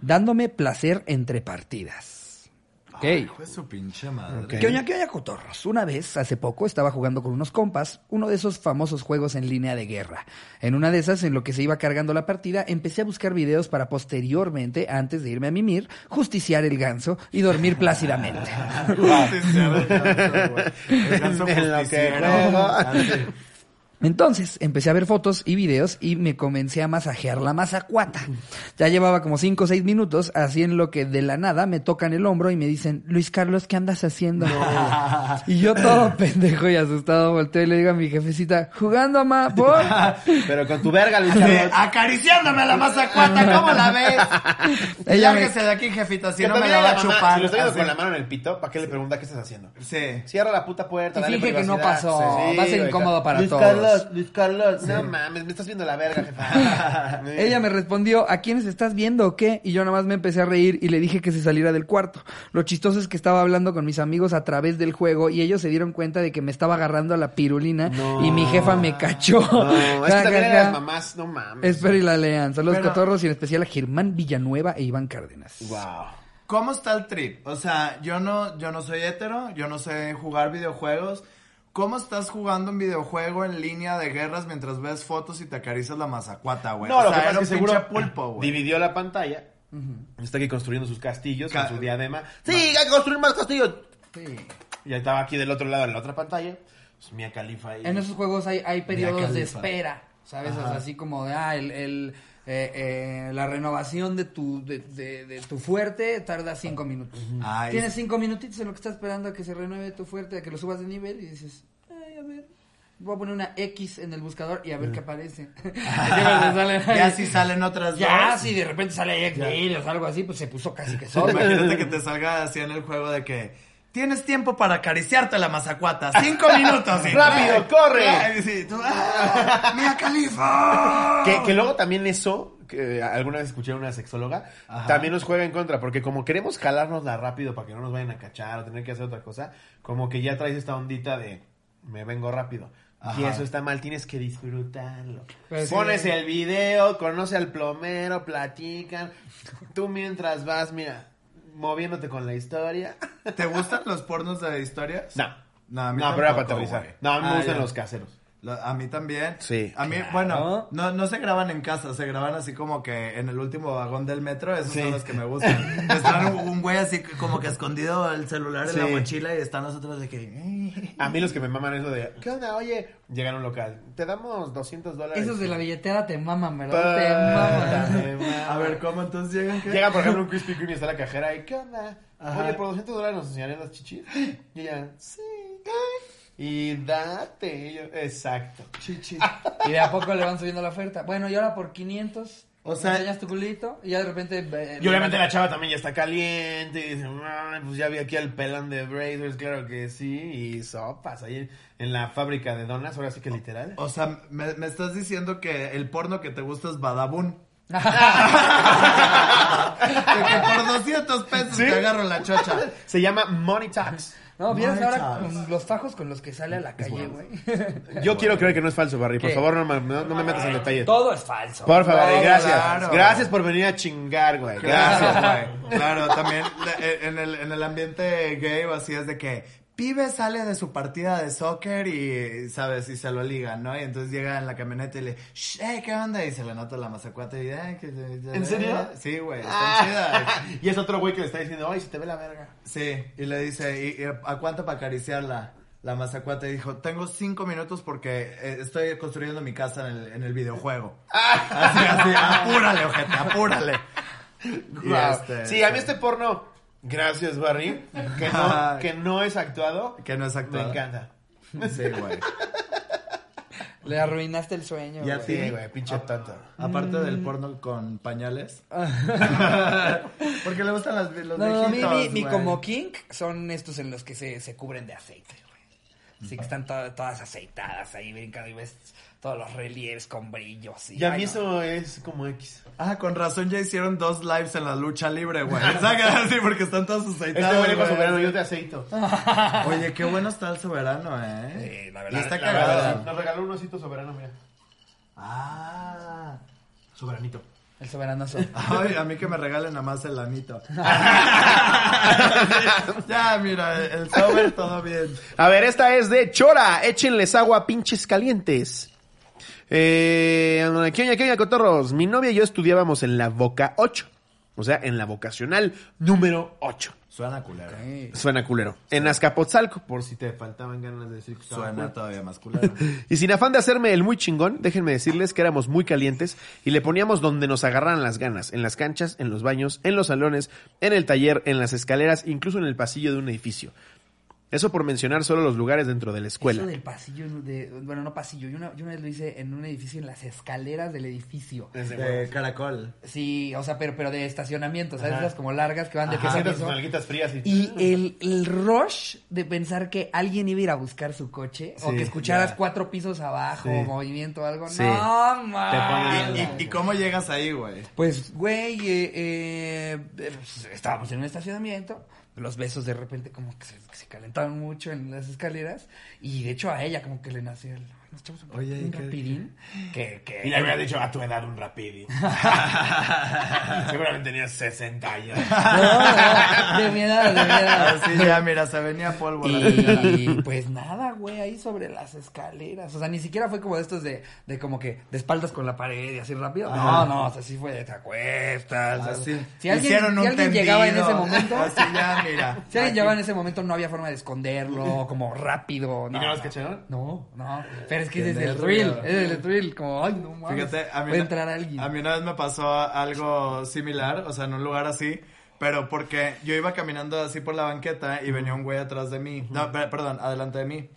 A: dándome placer entre partidas. Ok.
C: Hijo de su pinche madre.
B: Ok.
A: Que oña, que oña, cotorros. Una vez, hace poco, estaba jugando con unos compas, uno de esos famosos juegos en línea de guerra. En una de esas, en lo que se iba cargando la partida, empecé a buscar videos para posteriormente, antes de irme a mimir, justiciar el ganso y dormir plácidamente.
C: Justiciero, el ganso, güey. El ganso
B: En lo que
C: justiciero.
B: juego.
C: Así.
A: Entonces empecé a ver fotos y videos y me comencé a masajear la mazacuata. Ya llevaba como 5 o 6 minutos, así en lo que de la nada me tocan el hombro y me dicen, Luis Carlos, ¿qué andas haciendo? Y yo todo pendejo y asustado volteo y le digo a mi jefecita, jugando, ma, ¿por?".
B: Pero con tu verga, Luis
C: Sí, ah,
B: Carlos.
C: acariciándome a la mazacuata, ¿cómo la ves?
A: Ella me-
C: Lárguese de aquí, jefita, si
B: Que
C: no me
B: también
C: la va
B: mamá,
C: a chupar. ah,
B: Si lo está viendo
C: así.
B: con la mano en el pito, ¿para qué le pregunta qué estás haciendo?
C: Sí.
B: Cierra la puta puerta,
A: Y
B: dale
A: finge que no
B: privacidad.
A: pasó. Va a ser
B: güey,
A: incómodo
B: claro.
A: para
B: Luis
A: todos.
B: Carlos, Luis Carlos. No mames, me estás viendo la verga, jefa.
A: Ella me respondió, ¿a quiénes estás viendo o qué? Y yo nada más me empecé a reír y le dije que se saliera del cuarto. Lo chistoso es que estaba hablando con mis amigos a través del juego y ellos se dieron cuenta de que me estaba agarrando a la pirulina y mi jefa me cachó.
B: No, es que
A: Ja,
B: también
A: ja, ja.
B: eran las mamás, no mames.
A: Espero y la lean. Saludos
C: Pero-
A: cotorros y en especial a Germán Villanueva e Iván Cárdenas.
B: Wow.
C: ¿Cómo está el trip? O sea, yo no, yo no soy hetero, yo no sé jugar videojuegos. ¿Cómo estás jugando un videojuego en línea de guerras mientras ves fotos y te acaricias la mazacuata, güey?
B: No,
C: o
B: lo
C: sea,
B: que pasa es
C: era
B: que
C: un pinche
B: seguro
C: pulpo, güey.
B: dividió la pantalla. Está aquí construyendo sus castillos
C: Ca-
B: con su diadema. Sí, hay que construir más castillos. Y estaba aquí del otro lado en la otra pantalla. Pues Mia Califa ahí.
A: En esos juegos hay, hay periodos de
C: Khalifa.
A: espera, ¿sabes? O sea, así como de, ah, el, el, eh, eh, la renovación de tu, de, de- de tu fuerte tarda cinco minutos.
C: Ay.
A: Tienes cinco minutitos en lo que estás esperando a que se renueve tu fuerte, a que lo subas de nivel y dices, ay, a ver. Voy a poner una X en el buscador y a ver qué aparece.
C: ya si salen otras
A: Ya,
C: dos.
A: si de repente sale X o algo así, pues se puso casi que solo.
C: Imagínate que te salga así en el juego de que tienes tiempo para acariciarte la mazacuata. Cinco minutos. y-
B: ¡Rápido, corre!
C: Ay, sí, tú, ¡ah! ¡Mia Khalifa!
B: Que, que luego también eso, que eh, alguna vez escuché a una sexóloga,
C: Ajá.
B: también nos juega en contra, porque como queremos jalárnosla rápido para que no nos vayan a cachar o tener que hacer otra cosa, como que ya traes esta ondita de me vengo rápido. Y
C: Ajá.
B: eso está mal, tienes que disfrutarlo.
A: Pues sí.
B: Pones el video, conoce al plomero, platican. Tú mientras vas, mira, moviéndote con la historia.
C: ¿Te gustan los pornos de historias?
B: No.
C: No, a mí
B: no, pero era para
C: tampoco,
B: aterrizar.
C: güey.
B: No, a mí me
C: Ah,
B: gustan
C: ya.
B: los caseros.
C: Lo- A mí también.
B: Sí,
C: A mí,
B: claro.
C: bueno, no, no se graban en casa, se graban así como que en el último vagón del metro, esos
B: Sí.
C: son los que me gustan. Están un, un güey así como que escondido el celular en la
B: Sí.
C: mochila y están nosotros de que...
B: A mí los que me maman eso de, ¿qué onda? Oye, llegan a un local, te damos 200 dólares.
A: Esos de la billetera te maman, ¿verdad?
B: Puta,
A: te maman.
B: me
C: A ver, ¿cómo entonces llegan? ¿Qué?
B: Llega, por ejemplo, un Krispy Kreme y está la cajera y, ¿qué onda?
C: Ajá.
B: Oye, por 200 dólares nos enseñarían las chichis. Y ella, sí. Y date. Y yo, Exacto.
C: Chichi.
A: Y de a poco le van subiendo la oferta. Bueno, y ahora por 500.
C: O
A: O
C: sea-
A: sea, enseñas tu culito y ya de repente. eh,
B: Y obviamente la chava también ya está caliente y dice, "Ay, pues ya vi aquí al pelón de Brazers, claro que sí, y sopas ahí en, en la fábrica de donas, ahora sí que literal.
C: O sea, me, me estás diciendo que el porno que te gusta es Badabun. que, que por 200 pesos
B: ¿Sí?
C: te agarro la chocha.
B: Se llama Money Talks.
A: No, vieras
C: Money
A: ahora
C: talks.
A: con los tajos con los que sale a la calle, güey.
B: Yo quiero creer que no es falso, Barry, por
A: ¿Qué?
B: favor no, me- no- no me metas en detalle.
A: Todo es falso.
B: Por favor, Barry,
C: No,
B: gracias.
C: claro.
B: Gracias por venir a chingar, güey. Gracias, güey.
C: Gracias, güey. Claro, también de- e, en el, en el ambiente gay o así es de que pibe sale de su partida de soccer y, ¿sabes? Y se lo ligan, ¿no? Y entonces llega en la camioneta y le, "Shh, eh, ¿qué onda? Y se le nota la mazacuata y, "Ay, que-
B: ¿En serio?
C: Sí, güey, están chidas.
B: Ah, y es otro güey que le está diciendo, ay, se te ve la verga.
C: Sí, y le dice, ¿y, y a cuánto para acariciarla? La mazacuata y dijo, tengo cinco minutos porque eh, estoy construyendo mi casa en el, en el videojuego.
B: Ah.
C: Así, así, apúrale, ojete, apúrale. Y
B: Wow.
C: este-
B: sí, a mí este porno, gracias, Barry, que no, que no es actuado,
C: Que no es actuado.
B: este me encanta.
C: Sí, güey.
A: Le arruinaste el sueño.
C: Ya
A: güey.
C: te-
B: Sí, Ah. güey, pinche tanto.
C: Aparte del porno con pañales. porque le gustan las, los
A: No, no, a mí
C: viejitos,
A: mi, mi
C: güey.
A: como kink son estos en los que se, se cubren de aceite, güey. Así que están to- todas aceitadas ahí brincando y ves todos los relieves con brillos. Y,
B: Y a
A: ay,
B: mí
A: no.
B: eso es como X.
C: Ah, con razón ya hicieron dos lives en la lucha libre, güey. Saca así porque están todos
B: Este
C: aceitados,
B: güey dijo
C: güey.
B: soberano, yo te aceito.
C: Oye, qué bueno está el soberano, eh.
A: Sí, la verdad,
C: y está
A: la
C: cagada.
B: Nos regaló un osito soberano, mira.
C: Ah.
B: Soberanito.
A: El soberanoso.
C: Ay, a mí que me regalen nada más el anito. ya, mira, el sober todo bien.
B: A ver, esta es de Chora. Échenles agua, pinches calientes. Eh, ¿Qué onda, qué onda, cotorros? Mi novia y yo estudiábamos en la Boca 8. O sea, en la vocacional número 8.
C: Suena culero.
B: Suena culero. En Azcapotzalco, por si te faltaban ganas de decir que estaba
C: Suena
B: culero.
C: todavía más culero.
B: Y sin afán de hacerme el muy chingón, déjenme decirles que éramos muy calientes y le poníamos donde nos agarraran las ganas, en las canchas, en los baños, en los salones, en el taller, en las escaleras, incluso en el pasillo de un edificio. Eso por mencionar solo los lugares dentro de la escuela.
A: Eso del pasillo, de, bueno, no pasillo, yo una, yo una vez lo hice en un edificio, en las escaleras del edificio.
B: Eh.
C: De Eh, caracol.
A: Sí, o sea, pero, pero de estacionamiento, ¿sabes? Esas como largas que van de
B: Que
A: piso a
B: sientas tus
A: piso.
B: nalguitas frías y...
A: Y el, el rush de pensar que alguien iba a ir a buscar su coche o
B: Sí,
A: que escucharas
B: ya.
A: cuatro pisos abajo,
B: Sí.
A: movimiento o algo.
B: Sí.
A: No,
B: ponen-
A: mames.
C: Ah, ¿Y, y cómo llegas ahí, güey?
A: Pues, güey, eh, eh, eh, estábamos en un estacionamiento. Los besos de repente como que se, que se calentaban mucho en las escaleras. Y de hecho a ella como que le nació el... "Ay, Nos echamos un,
C: Oye,
A: un
C: ¿qué-
A: rapidín. Que, que...
B: le había dicho a tu edad un rapidi. Seguramente tenías 60 años.
A: No, no, de mi edad, de mi edad.
C: Así Ah, ya, mira, se venía polvo. a la cara.
A: Y pues nada, güey, ahí sobre las escaleras. O sea, ni siquiera fue como de estos de, de como que de espaldas con la pared y así rápido. No, no, o sea, sí fue de te acuestas. o sea,
C: Así.
A: Si alguien,
C: Ah, Hicieron
A: si
C: un
A: alguien llegaba en ese
C: tendido.
A: momento,
C: Así ya, mira.
A: si alguien
C: Aquí.
A: llegaba en ese momento, no había forma de esconderlo, como rápido. No,
B: no los
A: no.
B: cacharon?
A: No, no. Pero es que ese es
C: Qué
A: el
C: nervio.
A: thrill, ese es el thrill, como, ay, no mames.
C: Fíjate, a
A: va
C: mí,
A: a
C: una-
A: entrar alguien.
C: a mí una vez me pasó algo similar, o sea, en un lugar así, pero porque yo iba caminando así por la banqueta y venía un güey atrás de mí. No, per- perdón, adelante de mí.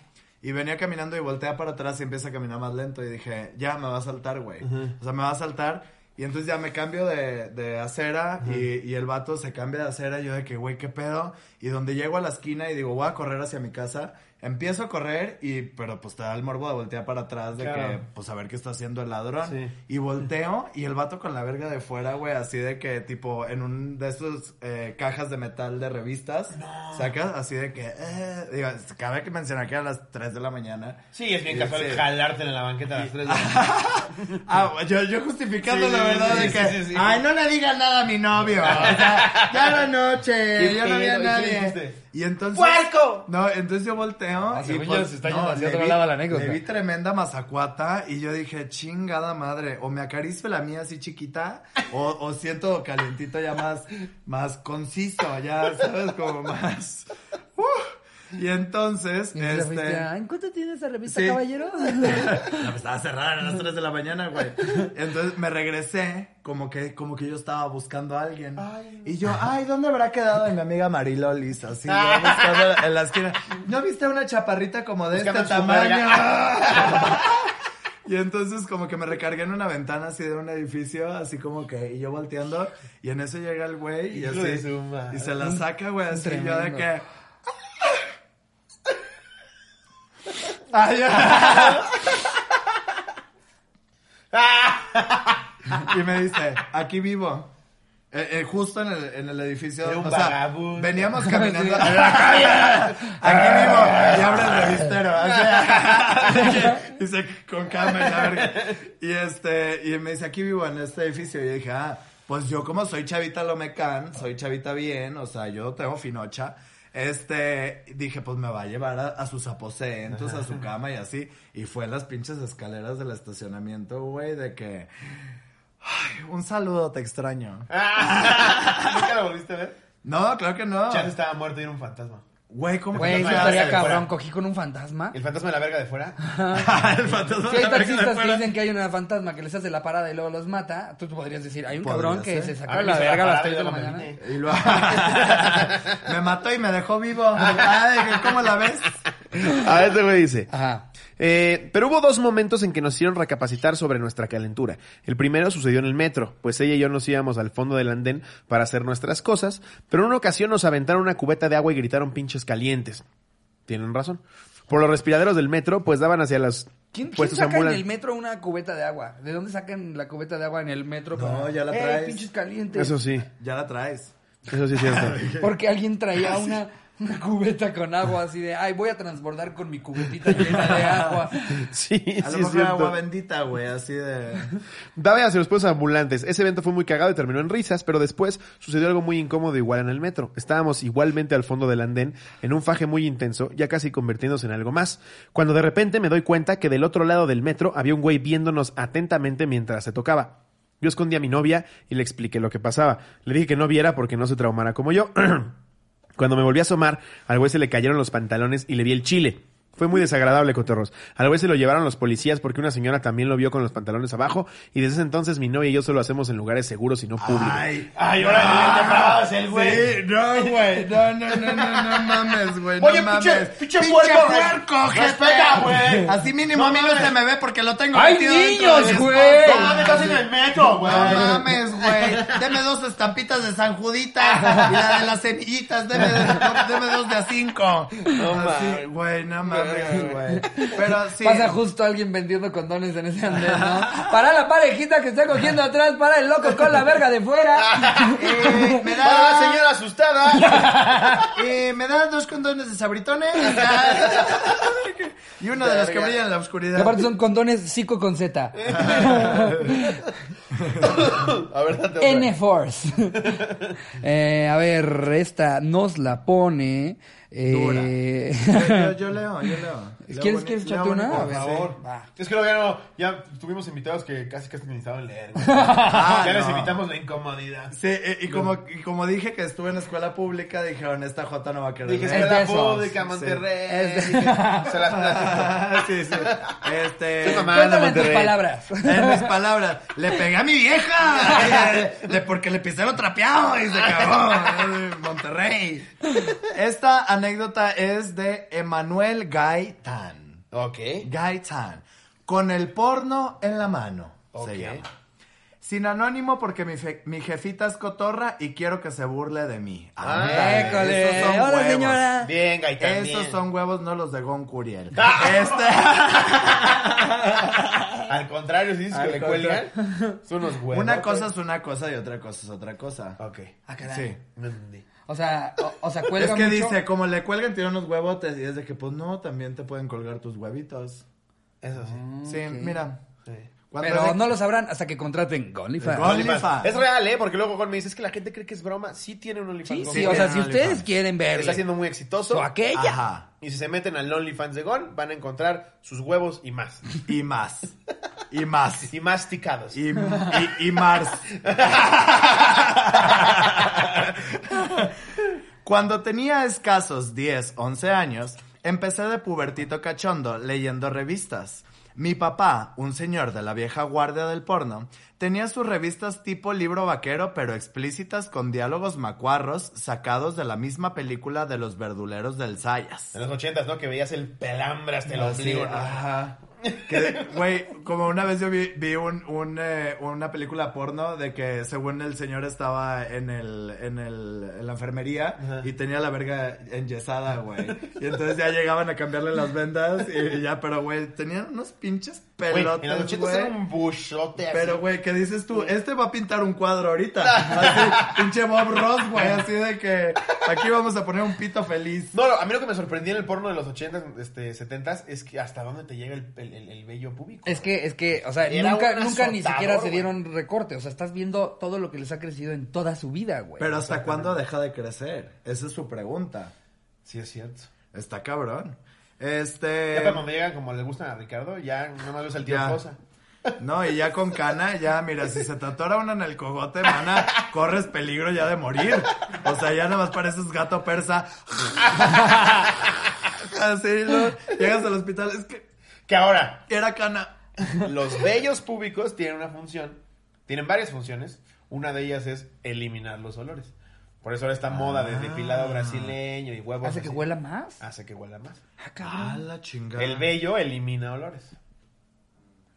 C: Y venía caminando y voltea para atrás y empieza a caminar más lento. Y dije, ya, me va a saltar, güey. O sea, me va a saltar. Y entonces ya me cambio de, de acera y, y el vato se cambia de acera. Yo de que, güey, qué pedo. Y donde llego a la esquina y digo, voy a correr hacia mi casa, empiezo a correr y, pero pues te da el morbo de voltear para atrás de
B: Claro.
C: que, pues a ver qué está haciendo el ladrón.
B: Sí.
C: Y volteo y el vato con la verga de fuera, güey, así de que tipo en un de esos eh, cajas de metal de revistas, sacas así de que, eh, digo, cabe que mencionar que era a las 3 de la mañana.
B: Sí, es bien
C: Sí,
B: casual
C: sí.
B: jalarte en la banqueta a las 3 de la
C: Ah, yo, yo justificando
B: Sí,
C: la
B: sí,
C: verdad
B: sí,
C: de
B: sí,
C: que,
B: sí, sí.
C: ay, no le digas nada a mi novio. O sea, ya era noche,
B: ¿Qué
C: yo no vi a
B: pedo? ¿Y qué
C: nadie.
B: dijiste?
C: Y entonces.
B: ¡Puerco!
C: No, entonces yo volteo.
A: Ah,
C: y
A: según
C: pues,
A: yo se está yendo hacia
C: le
A: otro
C: vi-
A: lado la anécdota.
C: Le vi tremenda mazacuata y yo dije, chingada madre, o me acaricio la mía así chiquita, o, o siento calientito ya más, más conciso, ya, ¿sabes? Como más. ¡uh! Y entonces,
A: Y entonces le fuiste a,
C: este.
A: ¿En cuánto tiene esa revista,
C: Sí.
A: caballero?
C: No, pues, estaba cerrada a las 3 de la mañana, güey. Entonces me regresé, como que, como que yo estaba buscando a alguien. y yo, ay, ¿dónde habrá quedado mi amiga Marilolis? Así, yo buscando en la esquina. ¿No viste una chaparrita como de
B: Buscando
C: este
B: en su
C: tamaño? Y entonces como que me recargué en una ventana así de un edificio, así como que, y yo volteando, y en eso llega el güey y
B: Hijo
C: así,
B: de su madre.
C: y se la saca, güey, así yo de
A: Tremendo.
C: que...
B: Ah, ya. Ah,
C: Y me dice, aquí vivo. Eh, eh, justo en el, en el edificio.
B: De un
C: o sea,
B: vagabundo.
C: veníamos caminando en la calle. Aquí vivo. Y abre el revistero. así. y se con cámara y la verga. Y este, y me dice, aquí vivo en este edificio. Y yo dije, ah, pues yo como soy chavita lomecán, soy chavita bien, o sea, yo tengo finocha. Este, dije, pues me va a llevar a, a sus aposentos, a su cama y así. Y fue en las pinches escaleras del estacionamiento, güey, de que... Ay, un saludo, te extraño.
B: ah. ¿Nunca la volviste a ver?
C: No, claro que no.
B: Chance estaba muerto y era un fantasma.
C: Güey, ¿cómo
A: Güey,
C: que
A: eso
C: no
B: fantasma de
A: estaría
B: la verga.
A: cabrón. Cogí con un fantasma.
B: ¿El fantasma de la verga de fuera?
C: El fantasma
A: Si hay
C: de la verga de
A: taxistas que
C: fuera.
A: dicen que hay una fantasma que les hace la parada y luego los mata, tú, tú podrías decir, hay un
C: Podría
A: cabrón que
C: ser.
A: se
C: Ah,
B: A
A: sacó
B: mí
A: la
B: se me
A: verga a las 3 de
B: paraba y yo
A: la
B: me
A: mañana.
B: vine.
C: Y lo- me mató y me dejó vivo. Ay, ¿Cómo la ves?
B: A este me dice.
A: Ajá.
B: Eh, pero hubo dos momentos en que nos hicieron recapacitar sobre nuestra calentura. El primero sucedió en el metro, pues ella y yo nos íbamos al fondo del andén para hacer nuestras cosas, pero en una ocasión nos aventaron una cubeta de agua y gritaron pinches calientes. Tienen razón. Por los respiraderos del metro, pues daban hacia las
A: ¿Quién, quién
B: puestos
A: saca en el
B: ambulantes.
A: metro una cubeta de agua? ¿De dónde sacan la cubeta de agua en el metro?
C: No, ya la
A: ¡Ey,
C: traes.
A: pinches calientes!
B: Eso sí,
C: Ya la traes.
B: eso sí es cierto.
A: Porque alguien traía una, una cubeta con agua así de, ay, voy a transbordar con mi cubetita llena de agua.
B: Sí,
C: A lo
B: sí es
C: mejor era agua
B: cierto.
C: bendita, güey, así de...
B: Daban hacia los puestos ambulantes. Ese evento fue muy cagado y terminó en risas, pero después sucedió algo muy incómodo igual en el metro. Estábamos igualmente al fondo del andén, en un faje muy intenso, ya casi convirtiéndose en algo más. Cuando de repente me doy cuenta que del otro lado del metro había un güey viéndonos atentamente mientras se tocaba. Yo escondí a mi novia y le expliqué lo que pasaba. Le dije que no viera porque no se traumara como yo. Cuando me volví a asomar, al güey se le cayeron los pantalones y le vi el chile. Fue muy desagradable, cotorros. Al güey se lo llevaron los policías porque una señora también lo vio con los pantalones abajo y desde ese entonces mi novia y yo solo hacemos en lugares seguros y no públicos.
C: Ay,
B: Ay, ahora ya te bravas, el güey.
C: Sí, no, güey. No, no, no, no, no mames, güey.
B: Oye,
C: no
B: pinche-
C: mames.
B: pinche puerco, güey.
C: puerco, ojete.
B: Respeta, güey.
C: Así mínimo a mí no se me ve porque lo tengo
A: ¡Hay
C: metido dentro de
A: niños,
C: mi
A: güey!
C: esponja.
A: No mames,
B: en el metro,
C: No mames, güey. Deme dos estampitas de San Judita y la de las semillitas. Deme, deme dos de a cinco. No
B: mames.
C: Güey, no mames, güey. Pero sí.
A: Pasa justo alguien vendiendo condones en ese andén, ¿no? Para la parejita que está cogiendo atrás, para el loco con la verga de fuera.
C: Eh, me
B: Para la
C: da,
B: señora asustada.
C: eh, me da dos condones de sabritones y uno de los que brillan en la
A: Y
C: oscuridad.
A: aparte son condones psico con Z.
B: A ver, date otra.
A: N-Force. Eh, a ver, esta nos la pone. eh,
C: Yo, yo leo, yo leo. Leo
A: ¿Quieres-
C: boni-
A: quieres
C: leo
A: echarte una?
C: bonito.
A: A
B: Por
A: ver.
B: favor.
A: Sí, va.
B: Es que luego ya no, ya tuvimos invitados que casi casi necesitaban leer. güey. ya les
C: Ah, no.
B: evitamos la incomodidad.
C: Sí, eh, y como, y como dije que estuve en escuela pública, dijeron, esta J no va a querer
B: Dije,
C: leer".
A: de
B: escuela
A: esos.
B: pública,
C: Sí.
B: Monterrey.
A: Es
B: dije, Se las platico.
C: Ah, sí, sí. Este.
B: Qué mamá.
A: Eh, Cuéntame en tus
B: Monterrey.
A: palabras.
C: En mis palabras, le pegué a mi vieja le, porque le pisé lo trapeado y se acabó. Monterrey. Esta anécdota es de Emanuel Gaitán.
B: Ok.
C: Gaitán. Con el porno en la mano.
B: Ok.
C: Se llama. Sin anónimo porque mi, fe- mi jefita es cotorra y quiero que se burle de mí.
B: Ah,
C: Ándale,
A: École.
C: esos son
A: Hola,
C: huevos.
A: señora.
B: Bien, Gaitán.
C: Esos
B: bien.
C: son huevos, no los de Gon Curiel. Este,
B: Al contrario, si dices
C: Al
B: que le
C: contrario.
B: cuelgan, son unos huevos.
C: Una cosa es una cosa y otra cosa es otra cosa.
B: Ok.
A: Ah, caray.
C: Sí.
B: No entendí.
A: O sea, o, o sea,
C: Es
A: cuelga
C: que
A: mucho.
C: dice, como le cuelgan, tiene unos huevotes. Y es de que, pues no, también te pueden colgar tus huevitos.
B: Eso sí.
C: Sí, mira.
B: sí.
C: cuando
A: Mm, Pero
C: le-
A: no lo sabrán hasta que contraten OnlyFans.
C: Con-
B: OnlyFans.
C: OnlyFans.
B: Es real, ¿eh? Porque luego Gon me dice, es que la gente cree que es broma. Sí tiene un OnlyFans.
A: Sí,
B: Gon
A: sí,
B: cree
A: o sea,
B: que
A: si ustedes quieren ver
B: Está siendo muy exitoso.
A: o aquella,
C: Ajá.
B: Y si se meten al OnlyFans de Gon, van a encontrar sus huevos y más.
C: Y más. Y más.
B: Y masticados.
C: Y, y, y Mars. Cuando tenía escasos 10, 11 años, empecé de pubertito cachondo leyendo revistas. Mi papá, un señor de la vieja guardia del porno, tenía sus revistas tipo libro vaquero pero explícitas con diálogos macuarros sacados de la misma película de los verduleros del Sayas.
B: En los ochentas, ¿no? Que veías el pelambre hasta el
C: Así,
B: ombligo. ¿no?
C: Ah, ajá. Que, güey, como una vez yo vi, vi un, un, eh, una película porno de que según el señor estaba en el, en el, en la enfermería y tenía la verga enyesada, güey. Y entonces ya llegaban a cambiarle las vendas y ya, pero güey, tenían unos pinches
B: Güey,
C: pelotas,
B: en los ochentas
C: güey.
B: era un buchote así.
C: Pero, güey, ¿qué dices tú? Este va a pintar un cuadro ahorita. Así, pinche Bob Ross, güey, así de que aquí vamos a poner un pito feliz.
B: No, no, a mí lo que me sorprendía en el porno de los 80s, este, 70s, es que hasta dónde te llega el, el, el- el vello público.
C: Eh.
A: Es que, es que, o sea,
B: Era
A: nunca,
B: un
A: nunca ni
B: azotador,
A: siquiera se
B: güey.
A: dieron recorte. O sea, estás viendo todo lo que les ha crecido en toda su vida, güey.
C: Pero ¿hasta cuándo deja de crecer? Esa es su pregunta.
B: Sí, es cierto.
C: Está cabrón.
B: Ya
C: Este.
B: para cuando llegan como le gustan a Ricardo, ya nomás ves al tío
C: ya.
B: Cosa.
C: No, y ya con cana, ya, mira, si se te atora una en el cogote, mana, corres peligro ya de morir. O sea, ya nada más pareces gato persa. Así, ¿no? llegas al hospital, es que
B: Que ahora,
C: era cana.
B: los vellos públicos tienen una función, tienen varias funciones. Una de ellas es eliminar los olores. Por eso ahora esta moda de depilado brasileño y huevos.
A: ¿Hace que
B: así,
A: huela más?
B: Hace que huela más.
A: Ah,
C: A
A: cabrón.
C: la chingada.
B: El vello elimina olores.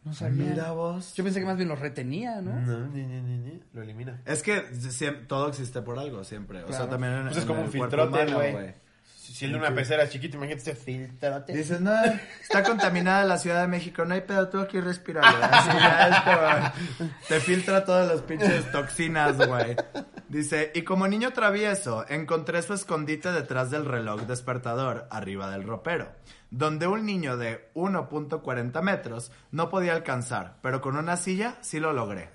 A: No sabía.
C: Mira vos.
A: Yo pensé que más bien los retenía, ¿no?
C: Mm.
B: No, ni, ni, ni, ni, Lo elimina.
C: Es que siem- todo existe por algo siempre. O sea,
A: Claro.
C: también en,
B: Pues es
C: en
B: como
C: el
B: un
C: cuerpo
B: filtrote,
C: humano,
B: güey. Si si el de una pecera chiquita, imagínate ese filtrote.
C: Dices, no, está contaminada la Ciudad de México, no hay pedo, tú aquí respirar. Así ya es como, te filtra todas las pinches toxinas, güey. Dice, y como niño travieso, encontré su escondite detrás del reloj despertador, arriba del ropero, donde un niño de 1.40 metros no podía alcanzar, pero con una silla sí lo logré.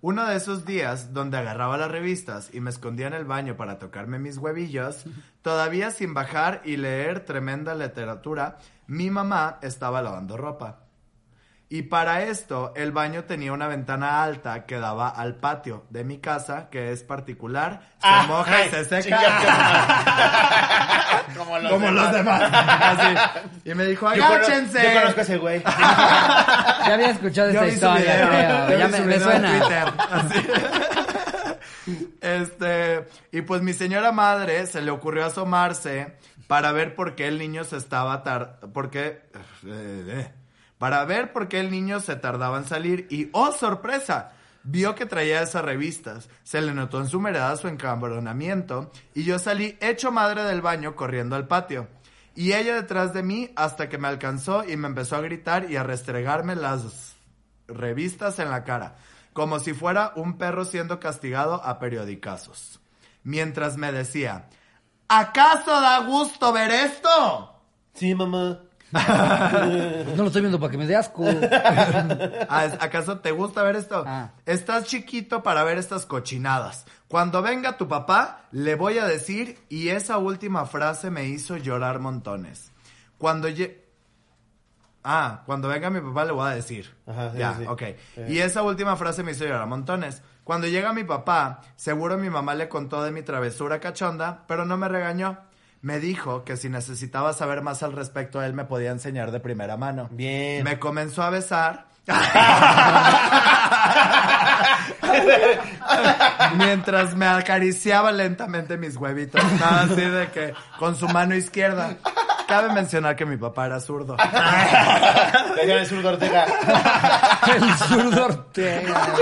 C: Uno de esos días donde agarraba las revistas y me escondía en el baño para tocarme mis huevillos, todavía sin bajar y leer tremenda literatura, mi mamá estaba lavando ropa. Y para esto, el baño tenía una ventana alta que daba al patio de mi casa, que es particular, se
B: Ah,
C: moja y
B: ay,
C: se seca
B: chinga, qué mamá. como los
C: como los
B: demás.
C: demás. Así. Y me dijo,
B: Yo conozco-
C: agáchense.
B: Yo conozco a ese güey.
A: Ya había escuchado esta
C: vi su
A: historia,
C: video,
A: creo.
C: yo
A: Ya
C: vi
A: me,
C: su
A: me
C: video en
A: suena.
C: Twitter, así. Este, y pues mi señora madre se le ocurrió asomarse para ver por qué el niño se estaba tar... porque para ver por qué el niño se tardaba en salir y oh sorpresa, vio que traía esas revistas. Se le notó en su mirada su encabronamiento y yo salí hecho madre del baño corriendo al patio. Y ella detrás de mí hasta que me alcanzó y me empezó a gritar y a restregarme las revistas en la cara, como si fuera un perro siendo castigado a periodicazos. Mientras me decía, ¿acaso da gusto ver esto?
B: Sí, mamá.
A: No lo estoy viendo para que me dé asco.
C: ¿A- Ah, ¿Acaso te gusta ver esto?
A: Ah.
C: Estás chiquito para ver estas cochinadas. Cuando venga tu papá, le voy a decir, y esa última frase me hizo llorar montones. Cuando lle- Ah, cuando venga mi papá le voy a decir.
B: Ajá, sí,
C: ya,
B: sí, sí.
C: ok.
B: Eh.
C: Y esa última frase me hizo llorar montones. Cuando llega mi papá, seguro mi mamá le contó de mi travesura cachonda, pero no me regañó. Me dijo que si necesitaba saber más al respecto, él me podía enseñar de primera mano.
B: Bien.
C: Me comenzó a besar. Mientras me acariciaba lentamente mis huevitos, ¿no? así de que con su mano izquierda. Cabe mencionar que mi papá era zurdo.
B: Le llaman el zurdo Ortega.
A: El zurdo Ortega.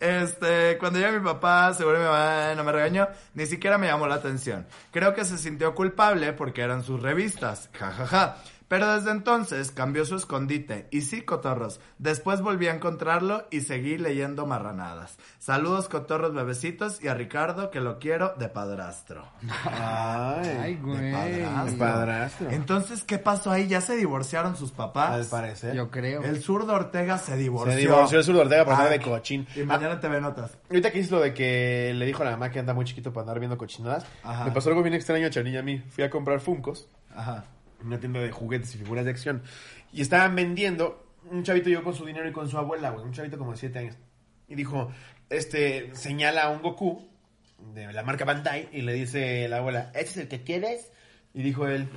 C: Este, cuando llegó mi papá, seguro mi mamá no me regañó, ni siquiera me llamó la atención. Creo que se sintió culpable porque eran sus revistas, jajaja. Pero desde entonces cambió su escondite y sí, cotorros. Después volví a encontrarlo y seguí leyendo marranadas. Saludos, cotorros bebecitos y a Ricardo que lo quiero de padrastro.
A: Ay,
B: Ay.
A: güey.
C: padrastro.
B: padrastro.
C: Entonces, ¿qué pasó ahí? ¿Ya se divorciaron sus
B: Al
C: papás?
B: parecer.
A: Yo creo.
C: El zurdo Ortega se divorció.
B: Se divorció el zurdo Ortega por
C: Ah,
B: andar de cochín.
C: Y mañana te ve notas.
B: Ahorita que dices lo de que le dijo a la mamá que anda muy chiquito para andar viendo cochinadas,
C: Ajá.
B: me pasó algo bien extraño a Charly y a mí. Fui a comprar Funcos.
C: Ajá.
B: en una tienda de juguetes y figuras de acción. Y estaban vendiendo, un chavito llegó con su dinero y con su abuela, güey, un chavito como de 7 años. Y dijo, este, señala a un Goku, de la marca Bandai y le dice la abuela, ¿este es el que quieres? Y dijo él.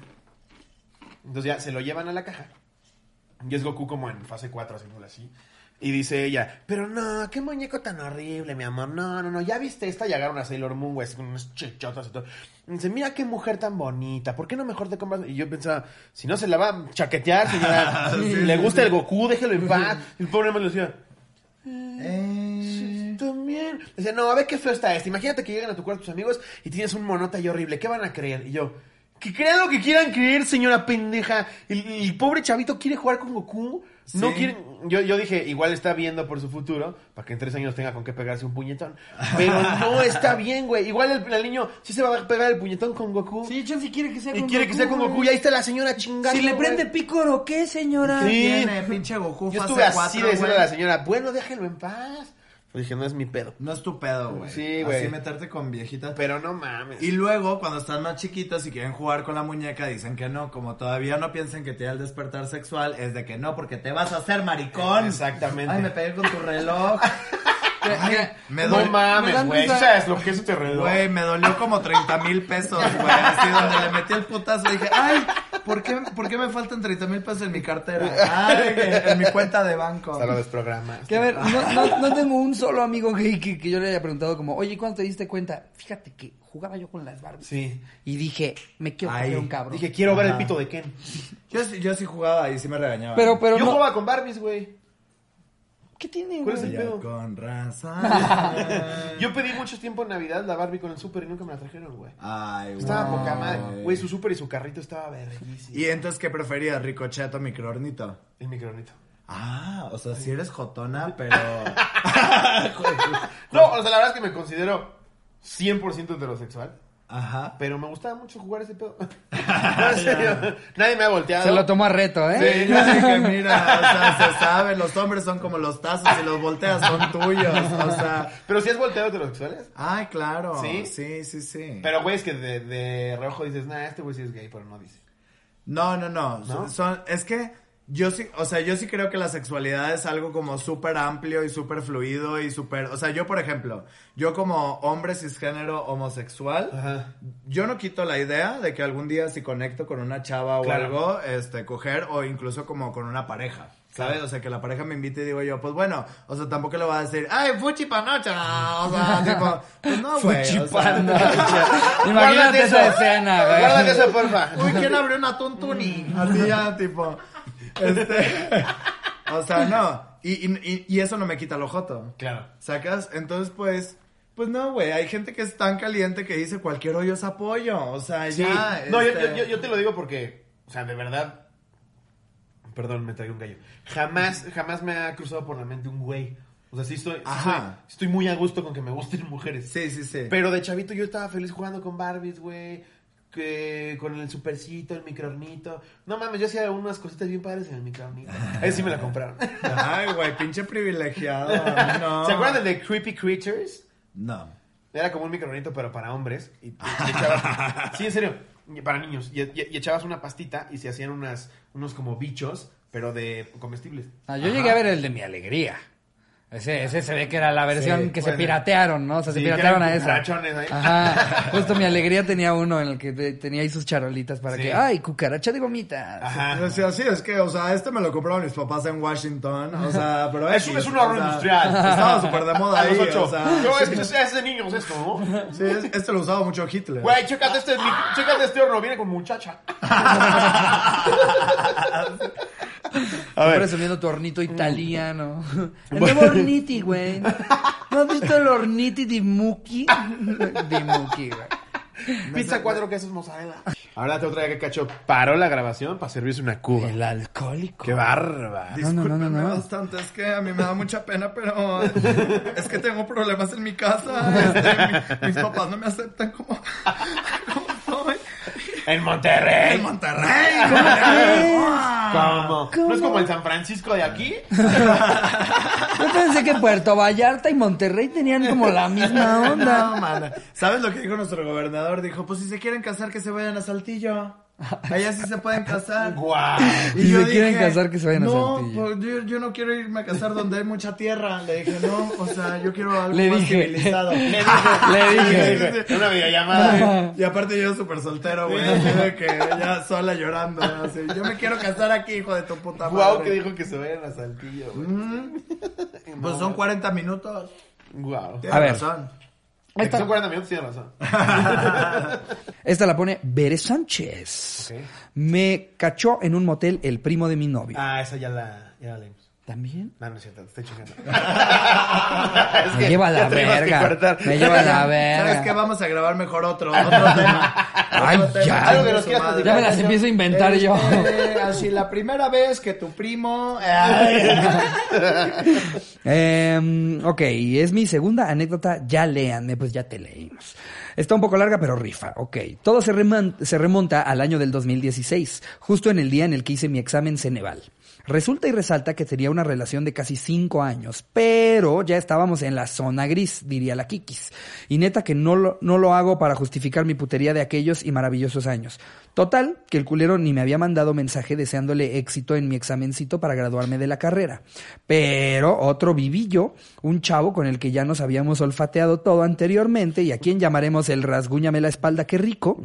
B: Entonces ya se lo llevan a la caja. Y es Goku como en fase 4 haciéndole así. Y dice ella, pero no, qué muñeco tan horrible, mi amor. No, no, no, ya viste esta. Llegaron a Sailor Moon, güey, así con unas chichotas y todo. Y dice, mira qué mujer tan bonita. ¿Por qué no mejor te compras? Y yo pensaba, si no se la va a chaquetear, señora.
C: Sí,
B: le
C: sí,
B: gusta
C: sí.
B: el Goku, déjelo en paz. Y el pobre hombre le decía,
C: Eh,
B: también. Dice, no, a ver qué feo está este. Imagínate que llegan a tu cuarto tus amigos y tienes un monota y horrible. ¿Qué van a creer? Y yo, que crean lo que quieran creer, señora pendeja. El, el pobre chavito quiere jugar con Goku. No
C: Sí.
B: quiere. Yo, yo dije, igual está viendo por su futuro, para que en tres años tenga con qué pegarse un puñetón. Pero no está bien, güey. Igual el, el niño sí se va a pegar el puñetón con Goku.
A: Sí, Chelsea quiere que sea
B: y quiere que sea con Goku. Y ahí está la señora chingada.
A: Si le
B: güey.
A: prende pícoro, ¿qué, señora? eh.
B: Sí.
C: Tiene eh, pinche Goku
B: Yo
C: fase
B: estuve así
C: 4,
B: de decirle a
C: güey.
B: la señora, bueno, déjelo en paz. Pero dije, no es mi pedo.
C: No es tu pedo, güey.
B: Sí, güey.
C: Así meterte con viejitas.
B: Pero no mames.
C: Y luego, cuando están más chiquitos y quieren jugar con la muñeca, dicen que no. Como todavía no piensan que tiene el despertar sexual, es de que no, porque te vas a hacer maricón.
B: Eh, Exactamente.
C: Ay, me pegué con tu reloj.
A: Mira,
C: Me
B: no
C: dolió,
A: me
B: mames,
A: dan
B: güey.
A: risa.
B: ¿Sabes lo que es este reloj?
C: güey, me dolió como 30 mil pesos, güey. Así donde le metí el putazo dije, ay, ¿por qué, ¿por qué me faltan 30 mil pesos en mi cartera? Ay, en mi cuenta de banco.
B: Hasta lo desprogramas.
A: Que a ver, no, no, no tengo un solo amigo gay que, que yo le haya preguntado como, oye, ¿cuándo te diste cuenta? Fíjate que jugaba yo con las Barbies.
B: Sí.
A: Y dije, me quiero
C: Ay,
A: coger un cabrón.
B: Dije, quiero ver el
C: Ajá.
B: pito de Ken.
C: Yo, sí- yo sí jugaba y sí me regañaban.
A: pero, pero
B: Yo
A: no.
B: jugaba con Barbies, güey.
A: ¿Qué tiene,
B: ¿Cuál es
A: güey?
B: el-
C: Ya
B: pedo.
C: con raza.
B: Yo pedí mucho tiempo en Navidad la Barbie con el súper y nunca me la trajeron, güey.
C: Ay, güey.
B: Estaba poca madre. Güey, su súper y su carrito estaba verguísimo.
C: ¿Y entonces qué preferías, ricochet o microornito?
B: El micronito.
C: Ah, o sea, si eres jotona, pero...
B: No, o sea, la verdad es que me considero 100% heterosexual.
C: Ajá.
B: Pero me gustaba mucho jugar ese pedo. No, en serio. Nadie me ha volteado.
A: Se lo tomó a reto, ¿eh?
C: Sí, yo dije, mira, o sea, se sabe, los hombres son como los tazos, si los volteas son tuyos, o sea...
B: Pero si has volteado heterosexuales.
C: Ay, claro.
B: ¿Sí?
C: Sí, sí, sí, sí.
B: Pero, güey, es que de, de reojo dices, nah, este güey sí es gay, pero no dice.
C: No, no, no.
B: ¿No?
C: Son, es que yo sí, o sea, yo sí creo que la sexualidad es algo como súper amplio y súper fluido y súper... O sea, yo, por ejemplo, yo como hombre cisgénero homosexual,
B: Ajá.
C: yo no quito la idea de que algún día si conecto con una chava o
B: Claro.
C: algo, este, coger o incluso como con una pareja. ¿Sabes? O sea, que la pareja me invite y digo yo, pues bueno, o sea, tampoco le voy a decir, ¡ay, fuchi panocha! O sea, tipo, pues no, güey. o sea,
A: Imagínate esa escena, güey.
B: Guárdate eso, porfa.
C: Uy, ¿quién abrió una tuntuni? Así ya, tipo. Este. O sea, no. Y, y- y- y eso no me quita lo joto.
B: Claro.
C: ¿Sacas? Entonces, pues. Pues no, güey. Hay gente que es tan caliente que dice cualquier hoyo es apoyo. O sea,
B: Sí.
C: ya.
B: no, yo-
C: este,
B: yo, yo, yo te lo digo porque, o sea, de verdad. Perdón, me traigo un gallo. Jamás, jamás me ha cruzado por la mente un güey. O sea, sí estoy, sí estoy,
C: Ajá.
B: estoy muy a gusto con que me gusten mujeres.
C: Sí, sí, sí.
B: Pero de chavito yo estaba feliz jugando con Barbies, güey. Que con el supercito, el microornito. No mames, yo hacía unas cositas bien padres en el microornito. Ahí sí me la compraron.
C: Ay, güey, pinche privilegiado. No.
B: ¿Se acuerdan de Creepy Creatures?
C: No.
B: Era como un microornito, pero para hombres. Y, y- y echabas- sí, en serio. y- Para niños. Y, y- y echabas una pastita y se hacían unas, unos como bichos, pero de comestibles.
A: Ah, yo llegué a ver el de mi alegría. Ese, ese se ve que era la versión
C: Sí,
A: que se
B: puede ser.
A: piratearon, ¿no? O sea, se
B: pues, Sí, que
A: piratearon
B: eran
A: a esa.
B: cucarachones ahí.
A: Ajá. Justo mi alegría tenía uno en el que te- tenía ahí sus charolitas para
B: Sí.
A: que, ay, cucaracha de gomitas.
B: Ajá.
C: O sea, sí, es que, o sea, este me lo compraron mis papás en Washington. O sea, pero
B: Es,
C: X,
B: un- es un
C: o
B: ahorro
C: sea,
B: industrial.
C: Estaba súper de moda
B: A
C: ahí.
B: los ocho.
C: O sea,
B: Yo, es que es- es de niños esto, ¿no?
C: sí, es- este lo usaba mucho Hitler.
B: Güey, chécate este, mic- chécate este horno, viene con muchacha.
A: Tú presumiendo tu
B: Mm.
A: hornito italiano. El nuevo horniti, güey. ¿No has visto el horniti di Muki? Di Muki, güey.
B: Pizza cuatro quesos mozzarella. Ahora te otra vez que cacho paró la grabación para servirse una cuba.
A: El alcohólico.
B: Qué barba.
A: No, no, no, no, no.
C: Discúlpenme bastante, es que a mí me da mucha pena, pero es que tengo problemas en mi casa. este, mi- mis papás no me aceptan como, como soy.
B: En Monterrey.
C: En Monterrey. ¿cómo?
B: ¿Cómo? ¿No es como el San Francisco de aquí?
A: Yo pensé que Puerto Vallarta y Monterrey tenían como la misma onda.
C: No, mana. ¿Sabes lo que dijo nuestro gobernador? Dijo, pues si se quieren casar, que se vayan a Saltillo. Allá sí se pueden casar.
B: ¡Guau!
A: Si se quieren casar, que se vayan a
C: No,
A: Saltillo".
C: pues, yo, yo no quiero irme a casar donde hay mucha tierra. Le dije, no, o sea, yo quiero algo
A: Le
C: más
A: dije.
C: civilizado.
B: Le
A: Le
B: dije,
A: dije.
B: le dije, una videollamada.
C: Y aparte yo súper soltero, güey. así de que ya sola llorando. así, Yo me quiero casar aquí, hijo de tu puta madre.
B: Guau, que dijo que se vayan a Saltillo, güey.
C: Pues son 40 minutos.
B: Guau.
C: Tienes
A: A ver.
C: razón.
B: Es que
A: Esta,
B: Son 40 minutos, tienes razón.
A: esta la pone Bere Sánchez.
B: Ok.
A: Me cachó en un motel el primo de mi novio.
B: Ah, esa ya la, ya la leímos.
A: ¿También?
B: No, no es cierto, te estoy chingando. Es
A: Me
B: que
A: lleva a la
B: ya tenemos que
A: verga.
B: cortar.
A: Me lleva a la
C: ¿Sabes
A: verga.
C: qué? Vamos a grabar mejor otro, otro tema.
A: Ay,
C: Otro tema.
A: ya. Algo que
B: nos quieras
A: Ya me las empiezo a inventar yo.
C: Este, Así la primera vez que tu primo. Ay.
A: Em, ok, es mi segunda anécdota. Ya léanme, pues ya te leímos. Está un poco larga, pero rifa. Ok, todo se, reman- se remonta al año del 2016, justo en el día en el que hice mi examen Ceneval. Resulta y resalta que tenía una relación de casi cinco años, pero ya estábamos en la zona gris, diría la Kikis. Y neta que no lo, no lo hago para justificar mi putería de aquellos y maravillosos años. Total, que el culero ni me había mandado mensaje deseándole éxito en mi examencito para graduarme de la carrera. Pero otro vivillo, un chavo con el que ya nos habíamos olfateado todo anteriormente y a quien llamaremos el rasguñame la espalda, qué rico,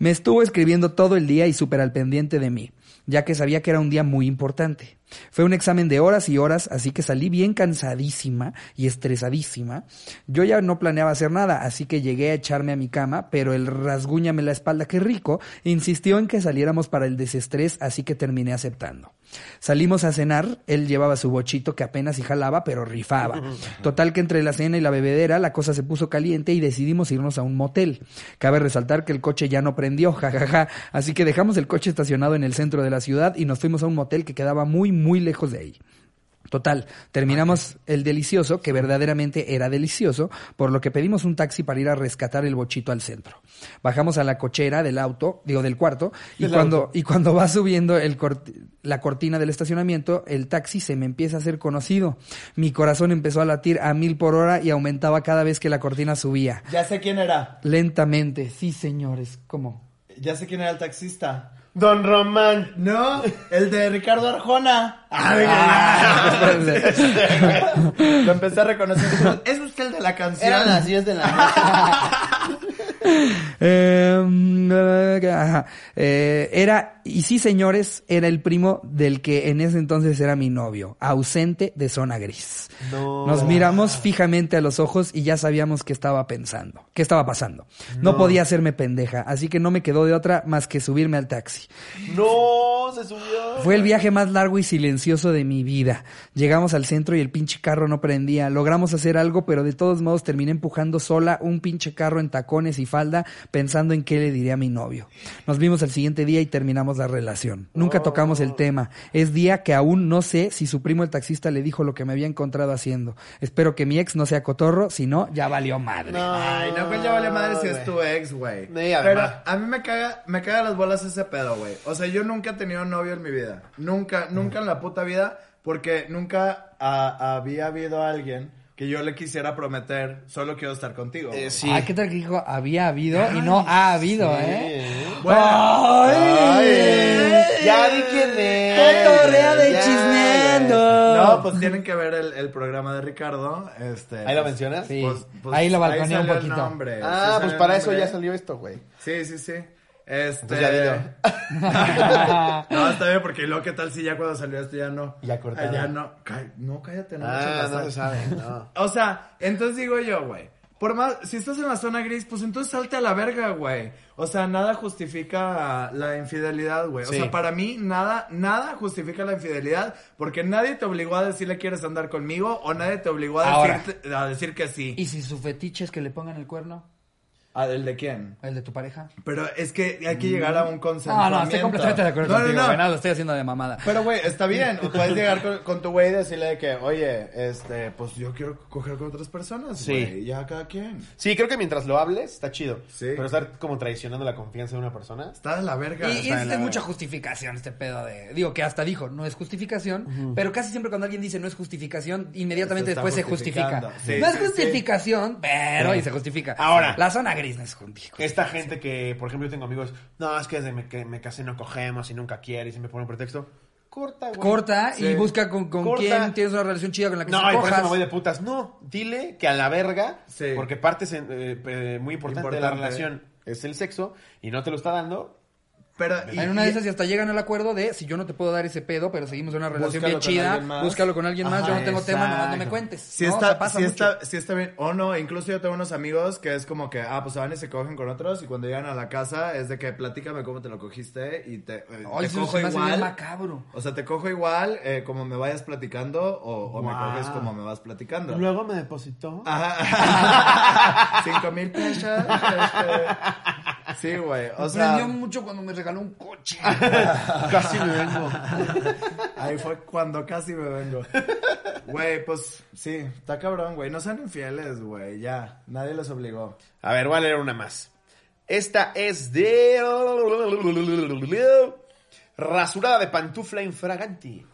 A: me estuvo escribiendo todo el día y súper al pendiente de mí, ya que sabía que era un día muy importante. Fue un examen de horas y horas, así que salí bien cansadísima y estresadísima. Yo ya no planeaba hacer nada, así que llegué a echarme a mi cama, pero el rasguñame la espalda, qué rico, insistió en que saliéramos para el desestrés, así que terminé aceptando. Salimos a cenar, él llevaba su bochito que apenas y jalaba, pero rifaba. Total que entre la cena y la bebedera la cosa se puso caliente y decidimos irnos a un motel. Cabe resaltar que el coche ya no prendió, jajaja, así que dejamos el coche estacionado en el centro de la ciudad y nos fuimos a un motel que quedaba muy, muy lejos de ahí. Total, terminamos el delicioso, que verdaderamente era delicioso, por lo que pedimos un taxi para ir a rescatar el bochito al centro. Bajamos a la cochera del auto, digo del cuarto, y cuando y cuando va subiendo el corti- la cortina del estacionamiento, el taxi se me empieza a hacer conocido. Mi corazón empezó a latir a mil por hora y aumentaba cada vez que la cortina subía.
C: Ya sé quién era.
A: Lentamente, sí señores, ¿cómo?
C: Ya sé quién era el taxista.
B: Don Román.
C: No, el de Ricardo Arjona. Ah, Lo empecé a reconocer. Es usted el de la canción.
D: Eran las 10 de la noche.
A: Eh, ajá. Eh, era, y sí señores, era el primo del que en ese entonces era mi novio, ausente de zona gris.
B: No.
A: Nos miramos fijamente a los ojos y ya sabíamos qué estaba pensando, qué estaba pasando. No, podía hacerme pendeja, así que no me quedó de otra más que subirme al taxi.
B: No, se subió.
A: Fue el viaje más largo y silencioso de mi vida. Llegamos al centro y el pinche carro no prendía. Logramos hacer algo, pero de todos modos terminé empujando sola un pinche carro en tacones y falda, pensando en qué le diré a mi novio. Nos vimos al siguiente día y terminamos la relación. Nunca tocamos el tema. Es día que aún no sé si su primo el taxista le dijo lo que me había encontrado haciendo. Espero que mi ex no sea cotorro, si no, ya valió madre.
C: Ay, no, pues ya vale madre si es tu ex, güey.
B: Sí, además.
C: Pero a mí me caga, me caga las bolas ese pedo, güey. O sea, yo nunca he tenido novio en mi vida. Nunca, nunca en la puta vida. Porque nunca ah, había habido alguien que yo le quisiera prometer, solo quiero estar contigo. güey.
B: Eh, sí.
A: Ay, ¿qué tal que dijo? Había habido y no ha habido, ¿eh?
B: Ay, ya vi quién es.
A: Cotorrea de
B: Ya,
A: chismeando.
C: No, pues tienen que ver el, el programa de Ricardo. Este, pues,
B: ¿Ahí lo mencionas?
A: Sí. Ahí lo balconeé un
C: salió el
A: poquito.
C: nombre, sí
B: Ah,
C: salió
B: pues
C: el
B: para eso
C: nombre.
B: ya salió esto, güey.
C: Sí, sí, sí. Este.
B: Entonces ya dilo.
C: no, está bien, porque lo que tal si ya cuando salió esto ya no.
B: Ya cortaron.
C: Ah, Ya no. Cá- no, cállate, no me
B: Ah,
C: eches la
B: no se
C: sal.
B: sabe, no.
C: O sea, entonces digo yo, güey. Por más, si estás en la zona gris, pues entonces salte a la verga, güey. O sea, nada justifica la infidelidad, güey. O
B: Sí.
C: sea, para mí, nada, nada justifica la infidelidad, porque nadie te obligó a decirle quieres andar conmigo, o nadie te obligó a,
A: Ahora.
C: decirte- a decir que sí.
A: ¿Y si su fetiche es que le pongan el cuerno?
C: ¿A- ¿El de quién?
A: ¿El de tu pareja?
C: Pero es que hay que llegar a un
A: No,
C: consentimiento.
A: Mm. no, estoy completamente de acuerdo
C: No, no,
A: contigo,
C: no.
A: güey. No, lo estoy haciendo de mamada.
C: Pero, güey, está bien. O puedes llegar con, con tu güey y decirle de que, oye, este, pues yo quiero coger con otras personas,
B: Sí.
C: güey. Ya cada quien.
B: Sí, creo que mientras lo hables, está chido.
C: Sí.
B: Pero estar como traicionando la confianza de una persona.
C: Está de la verga.
A: Y, y
C: Está de
A: es,
C: la
A: es mucha
C: verga.
A: justificación este pedo de... Digo, que hasta dijo, no es justificación, pero casi siempre cuando alguien dice no es justificación, inmediatamente
C: Se está
A: después se justifica.
C: justificando. Sí,
A: no
C: sí,
A: es justificación, pero... Y se justifica.
B: Ahora.
A: La zona grisnes contigo.
B: Esta gente que, por ejemplo, yo tengo amigos, no, es que desde me- que me casé no cogemos y nunca quiere y siempre pone un pretexto. Corta, güey.
A: Corta
B: Sí.
A: y busca con, con
B: Corta.
A: quién tienes una relación chida con la que
B: No,
A: se
B: y por eso
A: cojas.
B: me voy de putas. No, dile que a la verga,
C: Sí.
B: porque parte es, eh, eh, muy importante, de la
C: Importante.
B: relación es el sexo y no te lo está dando.
C: Pero, y-
A: En una
C: y-
A: de esas y hasta llegan al acuerdo de si yo no te puedo dar ese pedo, pero seguimos en una relación
C: Búscalo
A: bien
C: con alguien
A: chida,
C: más.
A: búscalo con alguien más,
C: Ajá,
A: yo no tengo tema, nomás no me
B: exacto.
A: cuentes.
C: Si,
A: ¿no? O
C: está,
A: sea, pasa
C: si,
A: mucho.
C: está, si está bien. O no, incluso yo tengo unos amigos que es como que, ah, pues se van y se cogen con otros y cuando llegan a la casa es de que platícame cómo te lo cogiste y te, eh,
A: Ay,
C: te
A: eso
C: cojo
A: se me hace bien
C: igual.
A: macabro.
C: O sea, te cojo igual eh, como me vayas platicando o, o me
B: Wow.
C: coges como me vas platicando.
B: Luego Ah. me depositó.
C: Ajá. Cinco mil pesos. este. Sí, güey. O
A: Me
C: sea,
A: prendió mucho cuando me regaló un coche.
B: Casi me vengo.
C: ahí fue cuando casi me vengo. Güey, pues sí, está cabrón, güey. No sean infieles, güey. Ya, nadie les obligó.
B: A ver, voy a leer una más. Esta es de. Rasurada de pantufla infraganti.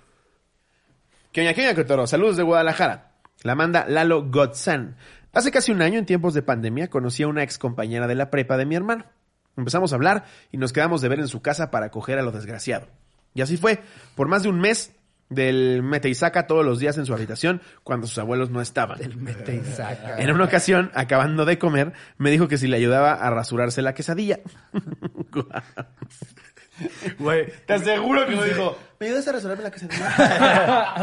B: Kenia Kenia Cotoro, saludos de Guadalajara. La manda Lalo Gotzan. Hace casi un año, en tiempos de pandemia, conocí a una ex compañera de la prepa de mi hermano. Empezamos a hablar y nos quedamos de ver en su casa para coger a lo desgraciado. Y así fue, por más de un mes, del mete y saca todos los días en su habitación cuando sus abuelos no estaban.
A: Mete y saca.
B: En una ocasión, acabando de comer, me dijo que si le ayudaba a rasurarse la quesadilla. Guau.
C: Güey,
B: Te aseguro que lo dijo.
D: ¿Me ayudas a resolverme la que se me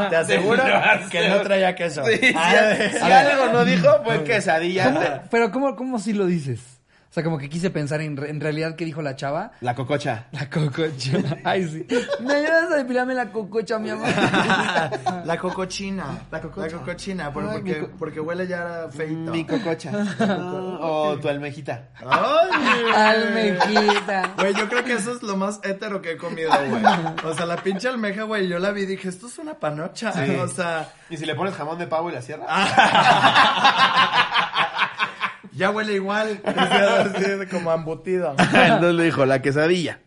C: te aseguro que no traía queso.
B: Sí, si,
C: Ah,
B: si algo no dijo, fue "Pues quesadilla.
A: ¿Cómo- Pero ¿cómo, cómo si lo dices? O sea, como que quise pensar en, re- en realidad qué dijo la chava.
B: La cococha.
A: La cococha. Ay, sí. ¿Me ayudas a depilarme la cococha, mi amor?
C: La cocochina. La cocochina. pero
B: Ay, mi
C: porque,
B: co-
C: porque huele ya feito.
B: Mi cococha. o Oh, tu almejita.
C: Ay,
A: Almejita.
C: Güey, yo creo que eso es lo más hétero que he comido, güey. O sea, la pinche almeja, güey, yo la vi y dije, esto es una panocha.
B: Sí.
C: O sea,
B: ¿Y si le pones jamón de pavo y la sierra?
C: ya huele igual. O sea, así como embutido.
B: Entonces le dijo, la quesadilla.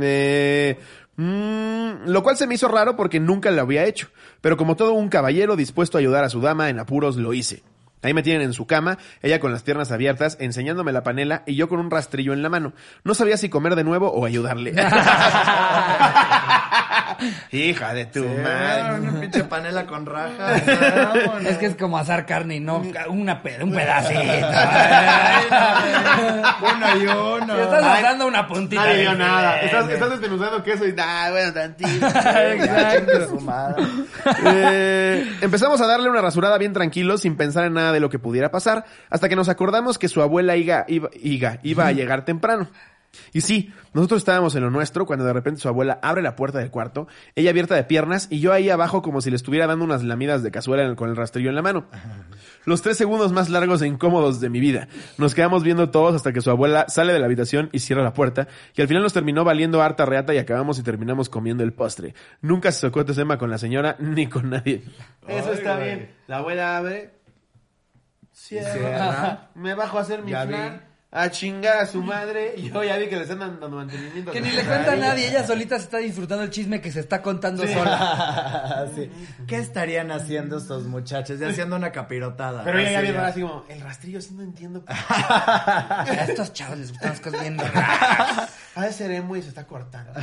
B: Eh, mm, lo cual se me hizo raro porque nunca lo había hecho. Pero como todo un caballero dispuesto a ayudar a su dama en apuros, lo hice. Ahí me tienen en su cama, ella con las piernas abiertas, enseñándome la panela y yo con un rastrillo en la mano. No sabía si comer de nuevo o ayudarle. Hija de tu
C: Sí,
B: madre.
C: una pinche panela con rajas. vámonos.
A: Es que es como asar carne y no una ped- un pedacito.
C: Ay, no, Uno y uno.
A: Te estás
C: Ay,
A: asando una puntita.
B: Nadie vio
A: de-
B: nada. Estás, estás desmenuzando queso y nada, bueno, tantito.
C: ya,
A: Exacto.
C: chingue su madre.
B: Eh, empezamos a darle una rasurada bien tranquilos, sin pensar en nada de lo que pudiera pasar, hasta que nos acordamos que su abuela Iga, iba, Iga iba a llegar temprano. Y sí, nosotros estábamos en lo nuestro cuando de repente su abuela abre la puerta del cuarto, ella abierta de piernas y yo ahí abajo como si le estuviera dando unas lamidas de cazuela en- con el rastrillo en la mano. Los tres segundos más largos e incómodos de mi vida. Nos quedamos viendo todos hasta que su abuela sale de la habitación y cierra la puerta, y al final nos terminó valiendo harta reata y acabamos y terminamos comiendo el postre. Nunca se tocó este tema con la señora ni con nadie.
C: Eso está bien.
B: La abuela abre, ah.
C: Cierra.
B: me bajo a hacer mi
C: Ya flan, vi.
B: a chingar a su madre, y yo ya vi que le están dando mantenimiento.
A: Que ni le cuenta a nadie, ella solita se está disfrutando el chisme que se está contando sola.
C: Sí. ¿Qué estarían haciendo estos muchachos? Ya haciendo una capirotada.
B: Pero ella ya
C: Así
B: vio
C: ya.
B: así como, el rastrillo sí no entiendo. pues,
A: A estos chavos les gustan las cosas bien raras.
B: A ese seremo y se está cortando.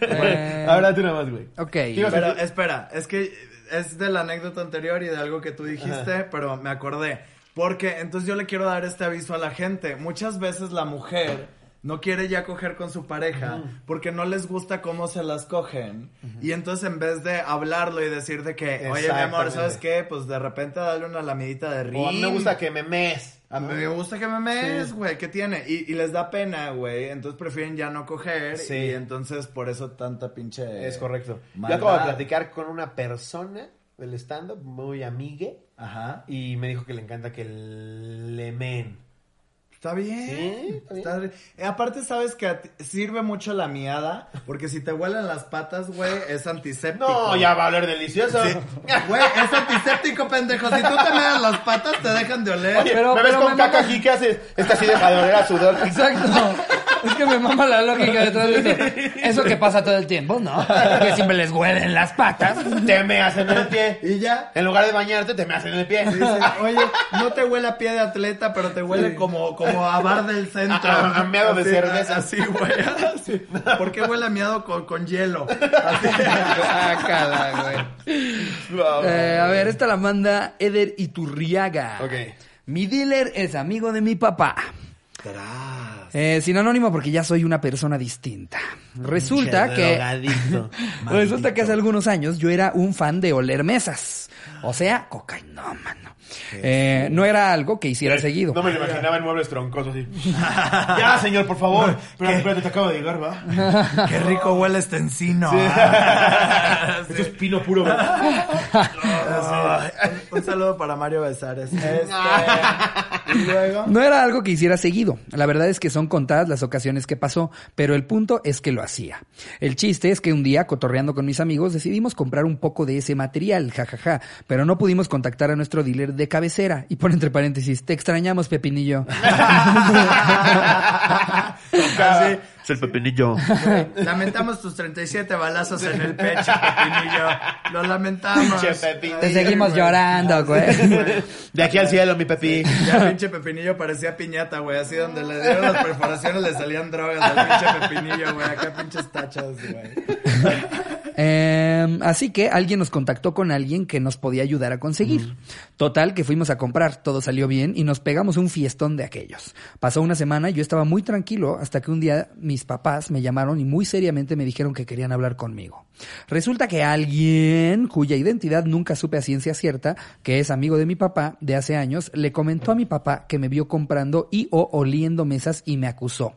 A: Eh,
B: Ahora tú nada más, güey.
A: Ok.
C: Pero espera, es que es de la anécdota anterior y de algo que tú dijiste, pero me acordé. Porque entonces yo le quiero dar este aviso a la gente. Muchas veces la mujer no quiere ya coger con su pareja porque no les gusta cómo se las cogen. Y entonces en vez de hablarlo y decir de que, oye, mi amor, ¿sabes
B: Exactamente.
C: qué? Pues de repente dale una lamidita de rin.
B: O a mí me gusta que me mees.
C: A mí me gusta que me mees, güey, ¿qué tiene? Y, y les da pena, güey, entonces prefieren ya no coger
B: Sí.
C: y entonces por eso tanta pinche...
B: Es correcto.
C: maldad.
B: Yo acabo de platicar con una persona del stand-up, muy amigue,
C: Ajá.
B: y me dijo que le encanta que le meen.
C: Está bien.
B: Sí, está bien.
C: Está bien. Eh, aparte, sabes que a ti- sirve mucho la miada, porque si te huelen las patas, güey, es antiséptico.
B: No, ya va a oler delicioso.
C: Sí. Güey, es antiséptico, pendejo. Si tú te meas las patas, te dejan de oler.
B: Oye,
A: Pero-
B: me ves
A: pero
B: con
A: me
B: caca
A: mama-
B: aquí, ¿qué haces? Esta sí deja de oler a sudor.
A: Exacto. Es que me mama la lógica detrás de eso. Eso que pasa todo el tiempo, ¿no? Que siempre les huelen las patas.
D: Te me hacen el pie.
C: Y ya.
D: En lugar de bañarte, te me hacen el pie.
C: Dice, oye, no te huele a pie de atleta, pero te huele como, como a bar del centro.
D: A- a- a meado de
C: Así,
D: cerveza.
C: Así, güey. así. ¿Por qué huele a miado con, con hielo? Así.
A: Guácala, güey. Eh, a ver, esta la manda Eder Iturriaga.
D: Ok.
A: Mi dealer es amigo de mi papá. Eh, sin anónimo porque ya soy una persona distinta. Resulta que... Resulta que hace algunos años yo era un fan de oler mesas. O sea, cocainómano. Eh, no era algo que hiciera seguido.
D: Eh, No me lo imaginaba en muebles troncosos así. ya, señor, por favor. Pero, espérate, te acabo de llegar, ¿va?
C: Qué rico huele este encino.
D: Esto es pino puro, ¿verdad?
C: Así. Un, un saludo para Mario Besares. Este, y luego.
A: No era algo que hiciera seguido. La verdad es que son contadas las ocasiones que pasó, pero el punto es que lo hacía. El chiste es que un día, cotorreando con mis amigos, decidimos comprar un poco de ese material, jajaja, pero no pudimos contactar a nuestro dealer de cabecera. Y pone entre paréntesis, te extrañamos, Pepinillo.
C: Así.
D: Es el pepinillo.
C: Lamentamos tus 37 balazos en el pecho, Pepinillo. Lo lamentamos.
D: Che, Pepinillo.
A: Te seguimos
C: Ay, güey.
A: llorando, güey.
D: De aquí al cielo, mi pepi.
C: Ya pinche Pepinillo parecía piñata, güey. Así donde le dieron las perforaciones le salían drogas al pinche Pepinillo, güey. Acá pinches tachas, güey.
A: Eh, así que alguien nos contactó con alguien que nos podía ayudar a conseguir. Total, que fuimos a comprar, todo salió bien y nos pegamos un fiestón de aquellos. Pasó una semana y yo estaba muy tranquilo hasta que un día mis papás me llamaron y muy seriamente me dijeron que querían hablar conmigo. Resulta que alguien, cuya identidad nunca supe a ciencia cierta, que es amigo de mi papá de hace años, le comentó a mi papá que me vio comprando y o oliendo mesas y me acusó.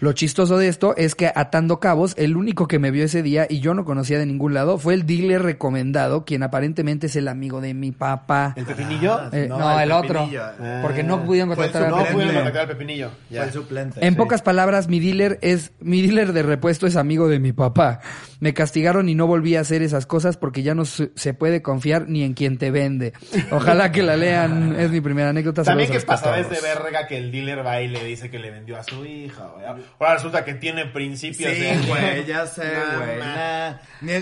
A: Lo chistoso de esto es que atando cabos, el único que me vio ese día y yo no conocía de ningún lado fue el dealer recomendado, quien aparentemente es el amigo de mi papá.
D: ¿El pepinillo?
A: Eh, no,
C: no,
A: el,
C: el
A: otro.
C: Pepinillo.
A: Porque no pudieron
C: Fue
A: contratar
C: su
A: a
D: No pude
C: Pepinillo.
D: contactar al pepinillo.
C: Fue
D: Ya.
C: el suplente.
A: en
C: sí.
A: pocas palabras, mi dealer es mi dealer de repuesto es amigo de mi papá. Me castigaron y no volví a hacer esas cosas porque ya no se se puede confiar ni en quien te vende. Ojalá que la lean. Es mi primera anécdota.
D: También que
A: Saludos a los
D: pasa de
A: cotorros.
D: verga que el dealer va y le dice que le vendió a su hija, güey. Ahora resulta que tiene principios ¿eh? de-
C: Sí, güey, ya sé,
D: No,
C: güey.
D: man.
C: nah.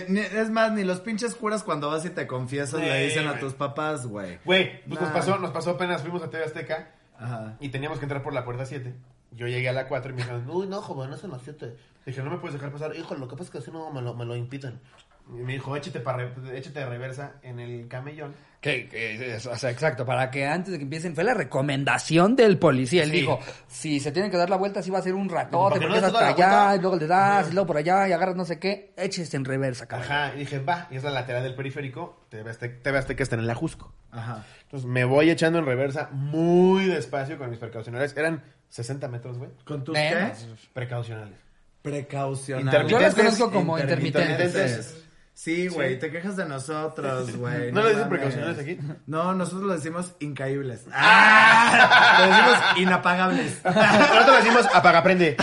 C: Ni- ni- es más, ni los pinches curas cuando vas y te confiesas le
D: Güey,
C: dicen a
D: güey.
C: tus papás, güey.
D: Güey, pues nos
C: Nah.
D: pasó, nos pasó apenas fuimos a TV Azteca
C: Ajá.
D: y teníamos que entrar por la puerta 7. Yo llegué a la 4 y me dijeron, uy, no, joven, no son las 7. Dije, no me puedes dejar pasar. Hijo, lo que pasa es que así no me lo, me lo impitan. Y me dijo, échate, pa re- échate de reversa en el camellón.
A: Que, que es- o sea, exacto, para que antes de que empiecen, fue la recomendación del policía. Él
D: Sí.
A: dijo, si se tienen que dar la vuelta, sí va a ser un ratote,
D: Porque
A: porque
D: no
A: es
D: se da
A: hasta
D: la
A: allá,
D: vuelta.
A: y luego le das, y luego por allá, y agarras no sé qué, échese en reversa, cabrón.
D: Ajá, y dije, va, y es la lateral del periférico, TV Azteca, TV Azteca está en el Ajusco.
C: Ajá.
D: Entonces me voy echando en reversa muy despacio con mis precaucionales. Eran 60 metros, güey.
C: ¿Con tus
A: Ven.
C: qué?
D: Precaucionales.
C: Precaucionales.
A: Yo las conozco como
D: intermitentes.
C: Sí, güey, te quejas de nosotros, güey.
D: ¿No le dicen
C: mames.
D: precaucionales aquí?
C: No, nosotros le decimos incaíbles. ¡Ah! Le decimos inapagables.
D: Nosotros decimos apaga, prende.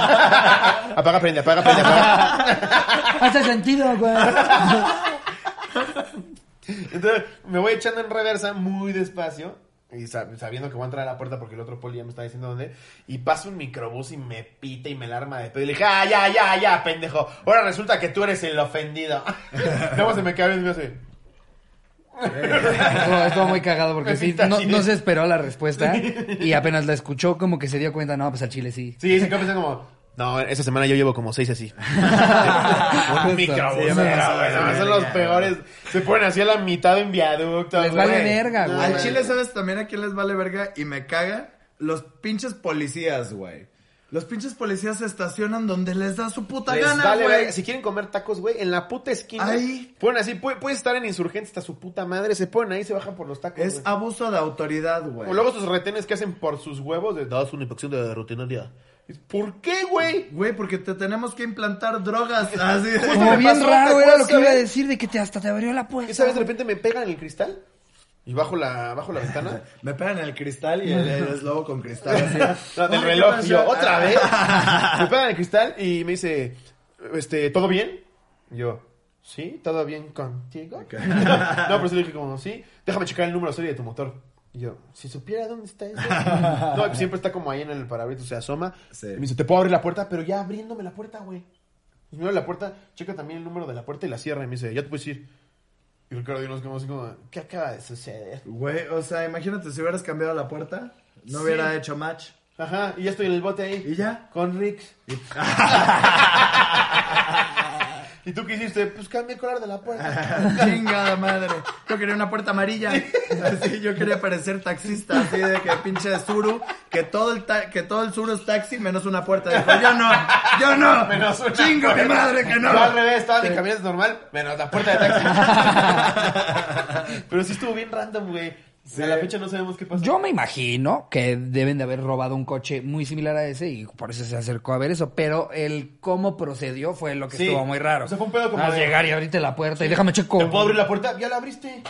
D: apaga, prende, apaga, prende, apaga.
A: Hace sentido, güey.
D: Entonces me voy echando en reversa muy despacio y sab- sabiendo que voy a entrar a la puerta porque el otro poli ya me está diciendo dónde. Y pasa un microbús y me pita y me alarma de pedo. Y le dije, ah, ya, ya, ya, pendejo. Ahora resulta que tú eres el ofendido. Luego se me cae viendo y me hace.
A: Estuvo, estuvo muy cagado porque
D: Me
A: sí,
D: pinta
A: no,
D: así.
A: no se esperó la respuesta y apenas la escuchó, como que se dio cuenta, no, pues al chile sí.
D: Sí, se quedó pensando como. No, esta semana yo llevo como seis así.
A: Justo.
D: Un
A: Sí,
D: microbús.
A: ya me
C: pasó,
D: "Ah, güey,
C: ya
D: no,
C: me
D: son los
C: pasó.
D: peores. Se ponen así a la mitad en viaducto.
A: Les vale
D: Ah, güey.
A: verga,
D: No,
A: güey.
C: Al chile, ¿sabes también a quién les vale verga? Y me caga los pinches policías, güey. Los pinches policías se estacionan donde les da su puta
D: Les
C: gana,
D: vale
C: güey.
D: verga. Si quieren comer tacos, güey, en la puta esquina.
C: Ahí.
D: Ponen así, puede, puede estar en insurgentes hasta su puta madre. Se ponen ahí, se bajan por los tacos.
C: Es
D: güey.
C: abuso de autoridad, güey.
D: O luego sus retenes que hacen por sus huevos de dados una infección de rutinaria. ¿Por qué, güey?
C: Güey, porque te tenemos que implantar drogas. Así
A: Como
D: me
A: bien
D: pasó,
A: raro
D: Pues ¿te
A: era lo
D: acuerdas,
A: que iba a
D: eh?
A: decir de que te hasta te abrió la puerta.
D: Esa vez de repente me pegan el cristal y bajo la, bajo la ventana.
C: Me pegan el cristal y el, el lobo con cristal. Así.
D: No, del
C: Ay,
D: reloj.
C: ¿qué
D: Y yo,
C: pasó?
D: otra
C: Ah,
D: vez. me pegan el cristal y me dice, este, ¿todo bien? Y yo, ¿sí? ¿Todo bien contigo? no, pero sí le dije como, sí, déjame checar el número serie de tu motor. Y yo, si supiera dónde está eso. no, siempre está como ahí en el parabrisas, se asoma.
C: Sí.
D: Y me dice, ¿te puedo abrir la puerta? Pero ya abriéndome la puerta, güey. Y me abre la puerta, checa también el número de la puerta y la cierra. Y me dice, ya te puedes ir. Y Ricardo y yo nos quedamos así como, ¿qué acaba de suceder?
C: Güey, o sea, imagínate si hubieras cambiado la puerta, no hubiera hecho match.
D: Ajá, y ya estoy en el bote ahí.
C: ¿Y ya?
D: Con Rix. ¿Y tú qué hiciste? Pues cambié el color de la puerta.
C: Chingada madre. Yo quería una puerta amarilla. Así, yo quería parecer taxista, así de que pinche suru, que todo el ta- que todo el suru es taxi menos una puerta. Dijo, yo no, yo no.
D: Menos una
C: Chingo mi
D: puerta.
C: madre que no.
D: Yo al revés, estaba en mi camioneta normal, menos la puerta de taxi. Pero sí estuvo bien random, güey. A la fecha no sabemos qué pasó.
A: Yo me imagino que deben de haber robado un coche muy similar a ese y por eso se acercó a ver eso. Pero el cómo procedió fue lo que
D: Sí.
A: estuvo muy raro.
D: O sea, fue un pedo como
A: Al
D: de-
A: llegar y abrirte la puerta y déjame checo.
D: ¿Te puedo abrir la puerta? Ya la abriste.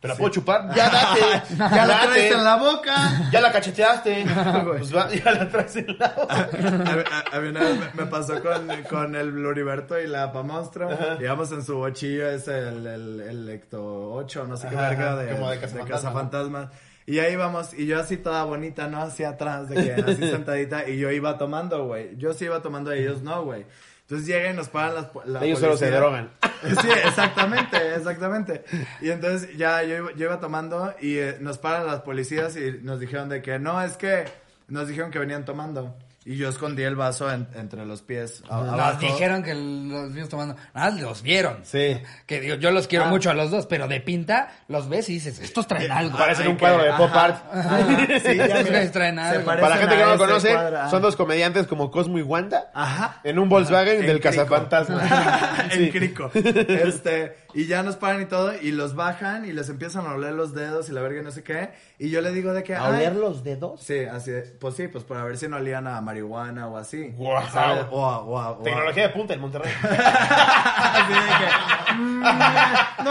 D: ¿Te la puedo chupar? Ya date.
C: Ya la
D: date.
C: traes en la boca.
D: Ya la cacheteaste.
C: güey.
D: Pues va, ya la traes en la boca.
C: A, a- a mí una vez me- me pasó con, con el Bluriberto y la Pamonstro. Íbamos en su bochillo, es el, el, el Ecto 8, no sé qué
D: Ajá,
C: verga,
D: ajá,
C: de,
D: como de
C: de
D: cazafantasmas,
C: cazafantasmas. Y ahí íbamos, y yo así toda bonita, ¿no? Hacia atrás, de que así sentadita, y yo iba tomando, güey. Yo sí iba tomando, ellos no, güey. Entonces llegan y nos pagan las. po- La
D: Ellos solo se
C: policía.
D: drogan.
C: Sí, exactamente, exactamente. Y entonces ya yo, iba- yo iba tomando y eh, nos paran las policías y nos dijeron de que no, es que nos dijeron que venían tomando. Y yo escondí el vaso en- entre los pies. a- abajo.
A: Nos dijeron que los vimos tomando. Ah, los vieron.
D: Sí.
A: Que digo, yo los
D: Ah.
A: quiero mucho a los dos, pero de pinta los ves y dices, estos traen algo.
D: parece
C: Ay,
D: Eh, un cuadro de pop
C: ajá,
D: art.
C: ajá, Ah, sí, ya,
A: Esos
C: mira,
A: güeyes traen
C: se
A: algo.
C: parecen
D: Para la gente que
C: a
D: no lo
C: ese
D: conoce,
C: cuadro, ajá.
D: son dos comediantes como Cosmo y Wanda.
C: Ajá.
D: En un Volkswagen
C: Ah, En
D: del
C: crico.
D: cazafantasma.
C: en crico. Este, y ya nos paran y todo, y los bajan y les empiezan a oler los dedos y la verga y no sé qué. Y yo le digo de que.
E: ¿A
C: "Ay,
E: oler los dedos?
C: Sí, así de- pues sí, pues para ver si no olían a marihuana o así.
D: Guau.
C: ¿sabes? O a- o a- o a-
D: Tecnología de punta en Monterrey.
C: Así de que, mm, no,
A: a
C: es
A: mí,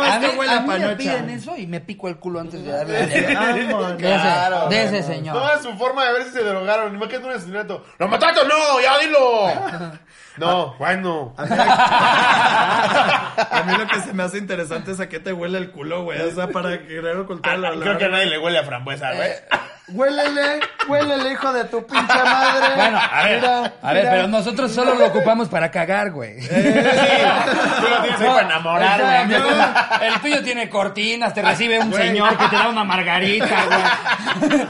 D: este
C: que huele
A: a
C: a
A: mí me piden
C: panocha.
A: eso y me pico el culo antes de darle. De,
C: Vámonos.
A: de ese,
C: Claro,
A: de ese
C: vámonos.
A: señor.
D: No, es su forma de ver si se drogaron. Imagínate un asesinato. ¡Lo mataste! ¡No! ¡Ya dilo! No, bueno.
C: A mí lo que se me hace interesante es a qué te huele el culo, güey. O sea, para querer ocultarlo. Ah, la Eh.
D: Ah, Creo que a
C: verdad.
D: nadie le huele a frambuesa, güey.
C: Huélele, huélele, hijo de tu pinche madre.
A: Bueno, a ver,
C: Mira,
A: a ver,
C: mira.
A: pero nosotros solo lo ocupamos para cagar, güey.
D: Tú lo tienes ahí para enamorar, güey.
A: Exacto. El tuyo tiene cortinas, te recibe un señor que te da una margarita, güey.
D: Sí,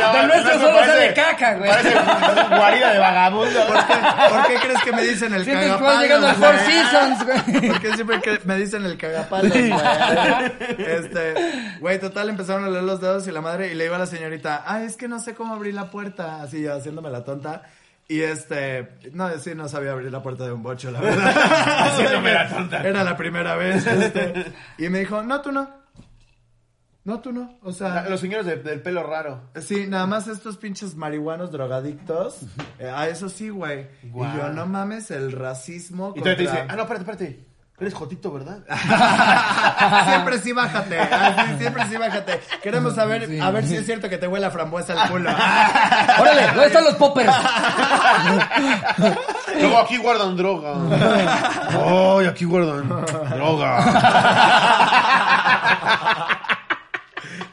D: no,
A: Del nuestro
D: eso
A: solo
D: parece-
A: sale caca, güey.
D: Parece guarida de vagabundo.
C: ¿Por qué, por qué crees que me dicen el
A: Sientes que
C: cagapalos?
A: vas llegando al Four
C: güey?
A: Seasons, güey.
C: ¿Por qué siempre que me dicen el cagapalos, güey? Este, güey, total, empezaron a leer los dedos y la madre, y le iba a la señorita, ah, es que no sé cómo abrir la puerta, así yo, haciéndome la tonta. Y este, no, sí, no sabía abrir la puerta de un bocho, la verdad.
D: Haciéndome la tonta.
C: Era la primera vez, este. Y me dijo, no, tú no. No, tú no. O sea,
D: Los señores de- del pelo raro.
C: Sí, nada más estos pinches marihuanos drogadictos. eh, a eso sí, güey.
D: Guau.
C: Y yo, no mames, el racismo.
D: Y todavía te dice,
C: contra-
D: ah, no, espérate, espérate. Eres Jotito, ¿verdad?
C: siempre sí bájate. ah, sí, siempre sí bájate. Queremos saber, a ver si es cierto que te huele a frambuesa el culo.
A: Órale, ¿dónde están los poppers?
D: Luego aquí guardan droga. Ay, aquí guardan droga.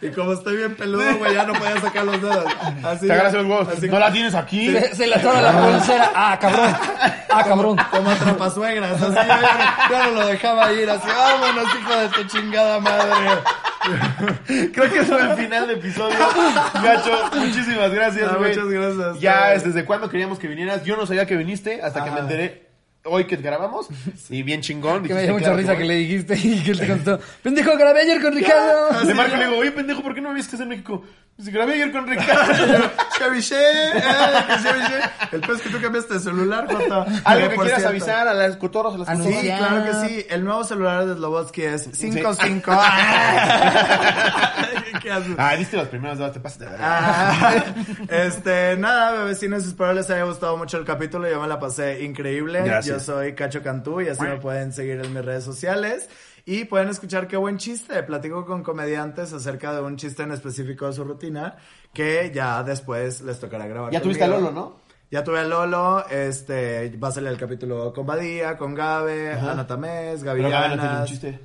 C: y como estoy bien peludo, güey, ya no podía sacar los dedos. Así,
D: Te agarras los huevos.
C: así
D: ¿No la tienes aquí?
A: Se, se le atora la pulsera. Ah, cabrón. Ah, cabrón.
C: como atrapasuegras. Así, yo, ya- ya no lo dejaba ir. Así, vámonos, hijo de tu chingada madre. Ah,
D: Creo que eso es el final del episodio. Gacho, muchísimas gracias,
C: Ah,
D: güey.
C: muchas gracias.
D: Ya
C: Sí.
D: es desde cuándo queríamos que vinieras. Yo no sabía que viniste hasta que me
C: Ajá.
D: enteré hoy que grabamos. Y bien chingón.
A: Que me
D: dijiste,
A: dio mucha
D: claro
A: risa
D: voy.
A: que le dijiste y que él te contó. Pendejo, grabé ayer con Ricardo.
D: Le marco y le digo, oye, pendejo, ¿por qué no me viste en México? Dice, grabé ayer con Ricardo.
C: Te avisé, eh, que sí avisé. El pez que tú cambiaste de celular, Jota.
D: Algo que
C: Por
D: quieras
C: cierto.
D: avisar a las cotorras, a las
A: Anunciar.
C: Sí, claro que sí. El nuevo celular de Slobodsky es 55. ¿Qué haces?
D: Ah, diste los primeros dos, te pasaste de verga.
C: Ah, este, nada, vecinos, espero les haya gustado mucho el capítulo. Yo me la pasé increíble.
D: Gracias.
C: Yo soy Cacho Cantú y así me pueden seguir en mis redes sociales. Y pueden escuchar qué buen chiste. Platico con comediantes acerca de un chiste en específico de su rutina que ya después les tocará grabar.
D: Ya tuviste a
C: conmigo.
D: Lolo, ¿no?
C: Ya tuve a Lolo, este, va a salir el capítulo con Badía, con Gabe, Ana Tamés, Gaby
D: Pero Gaby no tiene un
C: Llanas.
D: chiste.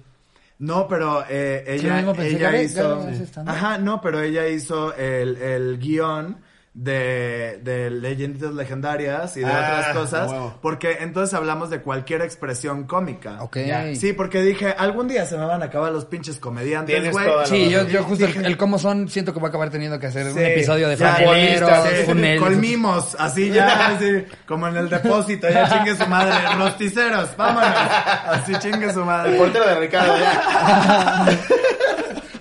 C: No, pero eh, ella,
A: mismo pensé,
C: ella
A: ya ves, ya
C: hizo.
A: lo ves estando.
C: Ajá, no, pero ella hizo el, el guión de, de leyenditas legendarias y de
B: Ah,
C: otras cosas.
B: huevo.
C: Porque entonces hablamos de cualquier expresión cómica.
A: Ok.
C: Ya. Sí, porque dije, algún día se me van a acabar los pinches comediantes,
B: Tienes
C: güey.
B: toda la
A: Sí, yo, yo
C: Y
A: justo
C: dije-
A: el, el cómo son, siento que voy a acabar teniendo que hacer
C: Sí,
A: un episodio de
C: ya,
A: futboleros,
B: listas, sí.
A: funeles.
C: Colmimos, así ya, así, como en el depósito, ya chingue su madre. Rosticeros, vámonos. Así chingue su
B: El
C: madre.
B: portero de Ricardo, ya.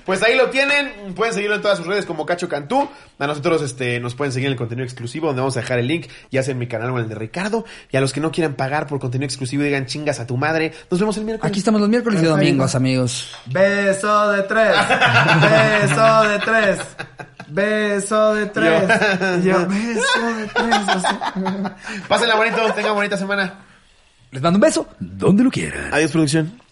B: Pues ahí lo tienen, pueden seguirlo en todas sus redes como Cacho Cantú. A nosotros este, nos pueden seguir en el contenido exclusivo, donde vamos a dejar el link, ya sea en mi canal o en el de Ricardo. Y a los que no quieran pagar por contenido exclusivo, digan chingas a tu madre. Nos vemos el miércoles.
A: Aquí estamos los miércoles y
C: Perfecto.
A: domingos, amigos.
C: Beso de tres. Beso de tres. Beso de tres. Y yo, beso de tres. así.
B: Pásenla bonito, tengan bonita semana.
A: Les mando un beso donde lo quieran.
B: Adiós, producción.